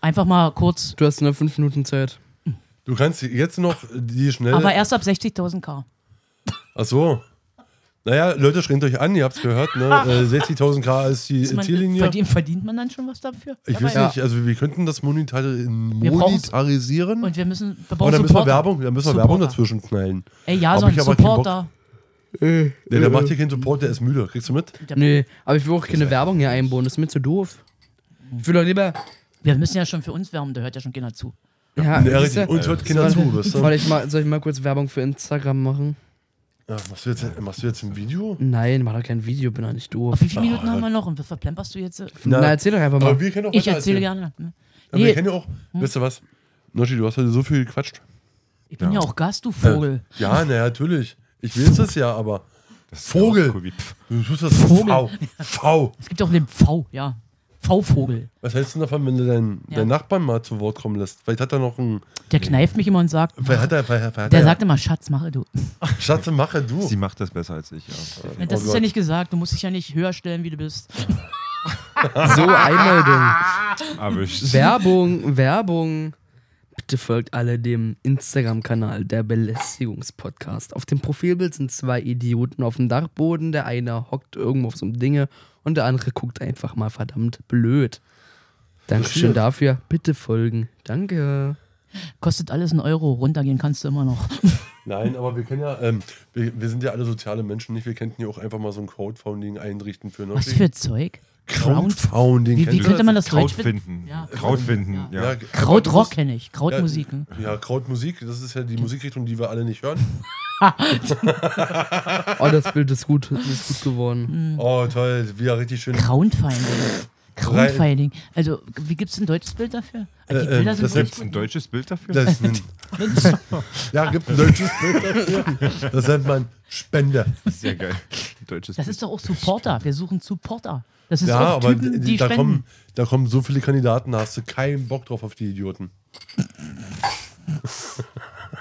Speaker 3: einfach mal kurz,
Speaker 1: Du hast nur fünf Minuten Zeit.
Speaker 2: Du kannst jetzt noch die schnelle.
Speaker 3: aber erst ab 60.000 K.
Speaker 2: Ach so. Naja, Leute, schrenkt euch an, ihr habt's gehört, ne? Äh, 60.000 K ist die
Speaker 3: Ist man- äh,
Speaker 2: Ziellinie.
Speaker 3: Verdient, verdient man dann schon was dafür?
Speaker 2: Ich
Speaker 3: Dabei?
Speaker 2: weiß nicht, also wir könnten das monetar
Speaker 3: brauchen's.
Speaker 2: monetarisieren.
Speaker 3: Und wir müssen. Wir
Speaker 2: aber
Speaker 3: brauchen
Speaker 2: dann Oh, müssen wir
Speaker 3: Supporter.
Speaker 2: Werbung, dann müssen wir Werbung
Speaker 3: Supporter.
Speaker 2: dazwischen knallen.
Speaker 3: Ey, ja, so
Speaker 2: Hab
Speaker 3: ein
Speaker 2: ich aber keinen
Speaker 3: Supporter.
Speaker 2: Der, der macht hier keinen Support, der ist müde. Kriegst du mit?
Speaker 1: Nee, aber ich will auch keine Werbung hier einbauen, das ist mir zu doof. Ich will doch lieber.
Speaker 3: Wir müssen ja schon für uns werben, da hört ja schon keiner zu.
Speaker 2: Oh,
Speaker 1: Ja,
Speaker 2: Nee,
Speaker 1: siehst
Speaker 2: richtig.
Speaker 1: du?
Speaker 2: Uns hört keiner zu, weißt
Speaker 1: Soll
Speaker 2: du?
Speaker 1: ich, mal, soll ich mal kurz Werbung für Instagram machen?
Speaker 2: Ja, machst, du jetzt, machst du jetzt ein Video?
Speaker 1: Nein, mach doch kein Video, bin doch nicht doof.
Speaker 3: Wie viele Minuten haben wir noch? Und verplemperst du jetzt? äh?
Speaker 1: Na, erzähl doch einfach mal.
Speaker 2: Aber wir können auch
Speaker 3: Ich
Speaker 2: weiter
Speaker 3: erzähle
Speaker 2: erzählen.
Speaker 3: gerne. ne?
Speaker 2: Aber Wir
Speaker 3: Nee, Hm?
Speaker 2: kennen ja auch, weißt du was? Noschi, du hast heute so viel gequatscht.
Speaker 3: ich bin ja auch Gast, du Vogel.
Speaker 2: Ja, na, natürlich. Ich will es ja, aber. Vogel.
Speaker 4: Cool, wie, pff.
Speaker 2: Du tust das V. V.
Speaker 3: Es gibt auch den V, ja. V-Vogel.
Speaker 2: Was hältst du davon, wenn du deinen,
Speaker 3: Ja.
Speaker 2: deinen Nachbarn mal zu Wort kommen lässt? Vielleicht hat er noch einen.
Speaker 3: Der kneift mich immer und sagt.
Speaker 2: Vielleicht hat Oh er, vielleicht hat
Speaker 3: Der
Speaker 2: er,
Speaker 3: sagt immer, Schatz, mache du.
Speaker 2: Schatze, mache du.
Speaker 4: Sie macht das besser als ich, ja.
Speaker 3: Das ist ja nicht gesagt. Du musst dich ja nicht höher stellen, wie du bist.
Speaker 1: So, Einmeldung.
Speaker 4: Aber ich,
Speaker 1: Werbung, Werbung. Bitte folgt alle dem Instagram-Kanal der Belästigungspodcast. Auf dem Profilbild sind zwei Idioten auf dem Dachboden. Der eine hockt irgendwo auf so einem Dinge und der andere guckt einfach mal verdammt blöd. Dankeschön dafür. Bitte folgen. Danke.
Speaker 3: Kostet alles einen Euro. Runtergehen kannst du immer noch.
Speaker 2: Nein, aber wir können ja, ähm, wir, wir sind ja alle soziale Menschen nicht. Wir könnten ja auch einfach mal so ein Crowdfunding einrichten für Noschi.
Speaker 3: Was für Zeug?
Speaker 2: Crowdfunding.
Speaker 3: Wie, wie
Speaker 2: kennst du
Speaker 3: könnte man das
Speaker 4: Kraut
Speaker 3: Deutsch
Speaker 4: finden.
Speaker 3: Ja.
Speaker 4: Kraut finden, ja.
Speaker 2: Ja, einfach
Speaker 3: Krautrock
Speaker 2: bloß-
Speaker 3: kenne ich. Krautmusik. ne?
Speaker 2: Ja, Krautmusik, das ist ja die
Speaker 3: Hm.
Speaker 2: Musikrichtung, die wir alle nicht hören.
Speaker 1: Oh, das Bild ist gut, ist gut geworden.
Speaker 3: Hm.
Speaker 2: Oh, toll, wieder richtig schön.
Speaker 3: Crowdfunding. Crowdfunding. Also, wie gibt es ein deutsches Bild dafür? Ah,
Speaker 2: Äh,
Speaker 3: Die
Speaker 2: äh,
Speaker 3: Bilder
Speaker 2: das
Speaker 3: sind
Speaker 4: Gibt
Speaker 3: richtig
Speaker 4: es
Speaker 3: gut.
Speaker 4: ein deutsches Bild dafür?
Speaker 2: Das
Speaker 3: <laughs>
Speaker 2: ist ein, ja, gibt ein deutsches Bild dafür. Das nennt man Spender.
Speaker 4: Sehr geil. Ein deutsches
Speaker 3: Das
Speaker 4: Bild.
Speaker 3: ist doch auch Supporter. Wir suchen Supporter. Das ist
Speaker 2: Ja,
Speaker 3: auch
Speaker 2: aber
Speaker 3: Typen,
Speaker 2: die,
Speaker 3: die
Speaker 2: da,
Speaker 3: spenden.
Speaker 2: kommen, da kommen so viele Kandidaten, da hast du keinen Bock drauf auf die Idioten.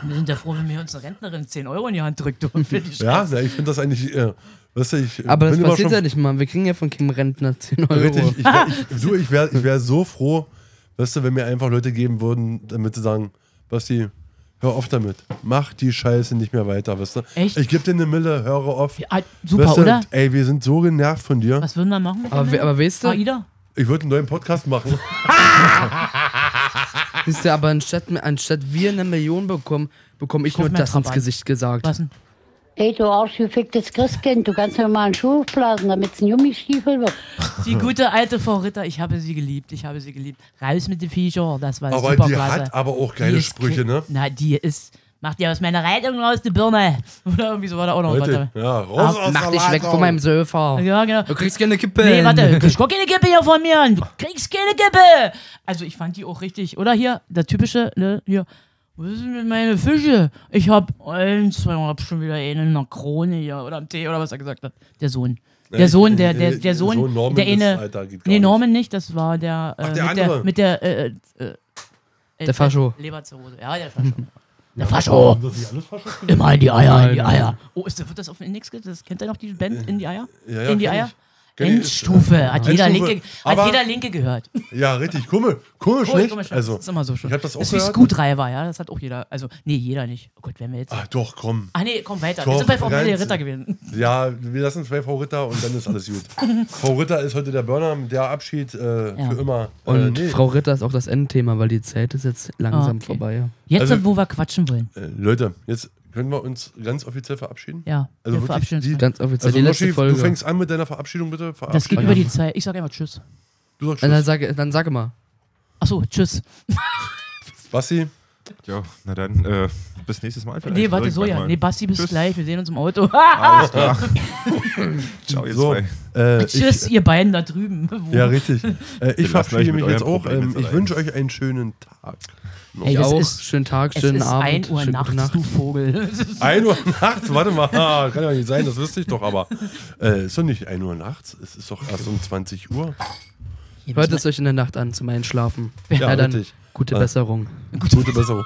Speaker 3: Wir sind ja froh, wenn mir uns eine Rentnerin 10 Euro in die Hand drückt. Und für die
Speaker 2: Ja, na, ich finde das eigentlich, äh, weißt du, ich
Speaker 1: Aber das
Speaker 2: bin immer
Speaker 1: passiert
Speaker 2: schon
Speaker 1: ja nicht mal. Wir kriegen ja von Kim Rentner 10 Euro.
Speaker 2: richtig. Ich, wär- ich, du, ich wäre ich wär so froh, weißt du, wenn mir einfach Leute geben würden, damit sie sagen, Basti, hör auf damit. Mach die Scheiße nicht mehr weiter, weißt du.
Speaker 3: Echt?
Speaker 2: Ich gebe dir eine Mille, höre auf.
Speaker 3: Ja, ah, super,
Speaker 2: weißt du,
Speaker 3: oder?
Speaker 2: Ey, wir sind so genervt von dir.
Speaker 3: Was würden wir machen? Ah, Mit
Speaker 1: Aber, we- aber weißt du,
Speaker 3: Aida?
Speaker 2: Ich würde einen neuen Podcast
Speaker 3: <laughs>
Speaker 2: machen.
Speaker 1: Siehst du, aber anstatt, anstatt wir eine Million bekommen, bekomme ich
Speaker 3: Ruf
Speaker 1: nur
Speaker 3: mir
Speaker 1: das
Speaker 3: Trump
Speaker 1: ins
Speaker 3: an.
Speaker 1: Gesicht gesagt.
Speaker 3: Was denn?
Speaker 9: Ey, du arschgeficktes Christkind, du kannst mir mal einen Schuh blasen, damit es ein Gummistiefel wird.
Speaker 3: Die gute alte Frau Ritter, ich habe sie geliebt, ich habe sie geliebt. Raus mit dem Viecher, das war
Speaker 2: aber
Speaker 3: super
Speaker 2: die
Speaker 3: klasse.
Speaker 2: hat aber auch geile
Speaker 3: Die ist
Speaker 2: Sprüche,
Speaker 3: ki-
Speaker 2: ne?
Speaker 3: Na, die ist, macht dir aus meiner Reitung raus, die Birne. <laughs> Oder irgendwie so war da auch noch was
Speaker 2: Leute,
Speaker 3: dabei.
Speaker 2: ja, raus
Speaker 3: Ah,
Speaker 2: aus
Speaker 1: Mach
Speaker 2: der
Speaker 1: dich weg
Speaker 2: Leitung.
Speaker 1: von meinem Sofa.
Speaker 3: Ja, genau.
Speaker 1: Du kriegst keine Kippe.
Speaker 3: Nee, warte,
Speaker 2: <laughs>
Speaker 3: ich guck keine Kippe hier von mir an. Du kriegst keine Kippe. Also ich fand die auch richtig. Oder hier, der typische, ne, hier. Wo sind denn meine Fische? Ich hab eins, zwei, hab schon wieder einen in der Krone hier oder am Tee oder was er gesagt hat. Der Sohn. Der Sohn, der, der, der Sohn,
Speaker 2: So äh, Norman
Speaker 3: der
Speaker 2: ist,
Speaker 3: eine.
Speaker 2: Alter, geht gar
Speaker 3: nee,
Speaker 2: nicht.
Speaker 3: Norman nicht, das war der, äh,
Speaker 2: Ach, der
Speaker 3: mit, der
Speaker 2: andere.
Speaker 3: mit der äh, äh, äh,
Speaker 1: Der Fascho.
Speaker 3: Leberzirrhose. Ja, der Fascho. Der Fascho. Immer in die Eier, in die Eier. Oh, ist, wird das auf Index? Das kennt ihr noch die Band in die Eier?
Speaker 2: Ja, ja,
Speaker 3: in die
Speaker 2: kenn
Speaker 3: Eier?
Speaker 2: ich. Kenn ich. äh,
Speaker 3: Endstufe, hat, jeder
Speaker 2: Endstufe.
Speaker 3: Linke,
Speaker 2: Aber-
Speaker 3: hat jeder Linke gehört.
Speaker 2: <laughs>
Speaker 3: Oh,
Speaker 2: Ja, richtig, komisch. Komisch,
Speaker 3: Komisch,
Speaker 2: nicht?
Speaker 3: komisch,
Speaker 2: also,
Speaker 3: das ist immer so schön.
Speaker 2: ich hab das auch
Speaker 3: ist wie
Speaker 2: gehört.
Speaker 3: Screwdriver, ja, das hat auch jeder. Also, nee, jeder nicht. Oh Gott, wenn wir jetzt.
Speaker 2: Ach, doch, komm.
Speaker 3: Ah, nee, komm weiter.
Speaker 2: Doch,
Speaker 3: wir sind bei Frau
Speaker 2: ganz-
Speaker 3: Amelie Ritter gewesen.
Speaker 2: Ja, wir lassen es bei Frau Ritter und dann ist alles gut.
Speaker 3: <laughs>
Speaker 2: Frau Ritter ist heute der Burner, der Abschied äh,
Speaker 3: Ja.
Speaker 2: für immer. äh,
Speaker 1: Und
Speaker 2: nee.
Speaker 1: Frau Ritter ist auch das Endthema, weil die Zeit ist jetzt langsam
Speaker 3: Ah, okay.
Speaker 1: vorbei.
Speaker 2: <laughs>
Speaker 3: Jetzt,
Speaker 2: Also-
Speaker 3: wo wir quatschen wollen.
Speaker 2: äh, Leute, jetzt können wir uns ganz offiziell verabschieden.
Speaker 3: Ja,
Speaker 2: Also
Speaker 3: wir
Speaker 2: wirklich,
Speaker 3: verabschieden uns.
Speaker 2: die-
Speaker 3: mal.
Speaker 1: Ganz offiziell,
Speaker 2: Also,
Speaker 1: die letzte
Speaker 2: Moshi,
Speaker 1: Folge.
Speaker 2: du fängst an mit deiner Verabschiedung, bitte.
Speaker 3: Das geht
Speaker 2: Verabschieden.
Speaker 3: über die Zeit. Ich sag einfach Tschüss.
Speaker 2: Du sagst
Speaker 1: Und dann
Speaker 2: Tschüss.
Speaker 1: sag, dann sag mal.
Speaker 3: Achso, Tschüss.
Speaker 2: Basti,
Speaker 4: Ja, na dann, äh, bis nächstes Mal vielleicht.
Speaker 3: Nee, warte,
Speaker 4: Oder
Speaker 3: so ja.
Speaker 4: irgendwann mal.
Speaker 3: Nee, Basti, bis
Speaker 4: Tschüss.
Speaker 3: gleich. Wir sehen uns im Auto.
Speaker 4: Alles klar. <laughs> Ciao, ihr
Speaker 2: So,
Speaker 4: zwei.
Speaker 3: <laughs>
Speaker 2: äh, ich,
Speaker 3: <laughs> Tschüss, ihr beiden da drüben. Wo-
Speaker 2: Ja, richtig. Äh, ich
Speaker 4: Wir lassen euch
Speaker 2: verabschiede
Speaker 4: mit
Speaker 2: mich jetzt
Speaker 4: eurem
Speaker 2: auch.
Speaker 4: Problem
Speaker 2: Ähm,
Speaker 4: jetzt
Speaker 2: ich
Speaker 4: allein.
Speaker 2: wünsche euch einen schönen Tag.
Speaker 3: Ey,
Speaker 1: Ich
Speaker 3: das
Speaker 1: auch.
Speaker 3: ist-
Speaker 1: schönen Tag,
Speaker 3: es
Speaker 1: schönen
Speaker 3: ist
Speaker 1: Abend.
Speaker 3: 1 Uhr
Speaker 1: schönen
Speaker 3: nachts,
Speaker 1: guten
Speaker 3: du
Speaker 4: <laughs>
Speaker 3: Vogel.
Speaker 2: 1 Uhr nachts, warte
Speaker 3: <laughs>
Speaker 2: mal, Ah, kann ja nicht sein, das wüsste ich doch, aber äh, ist doch nicht 1 Uhr nachts, es ist doch erst um 20 Uhr.
Speaker 1: Hört es euch in der Nacht an zum Einschlafen.
Speaker 2: Ja,
Speaker 1: dann,
Speaker 2: richtig.
Speaker 1: gute
Speaker 2: Ja.
Speaker 1: Besserung.
Speaker 2: Gute Besserung.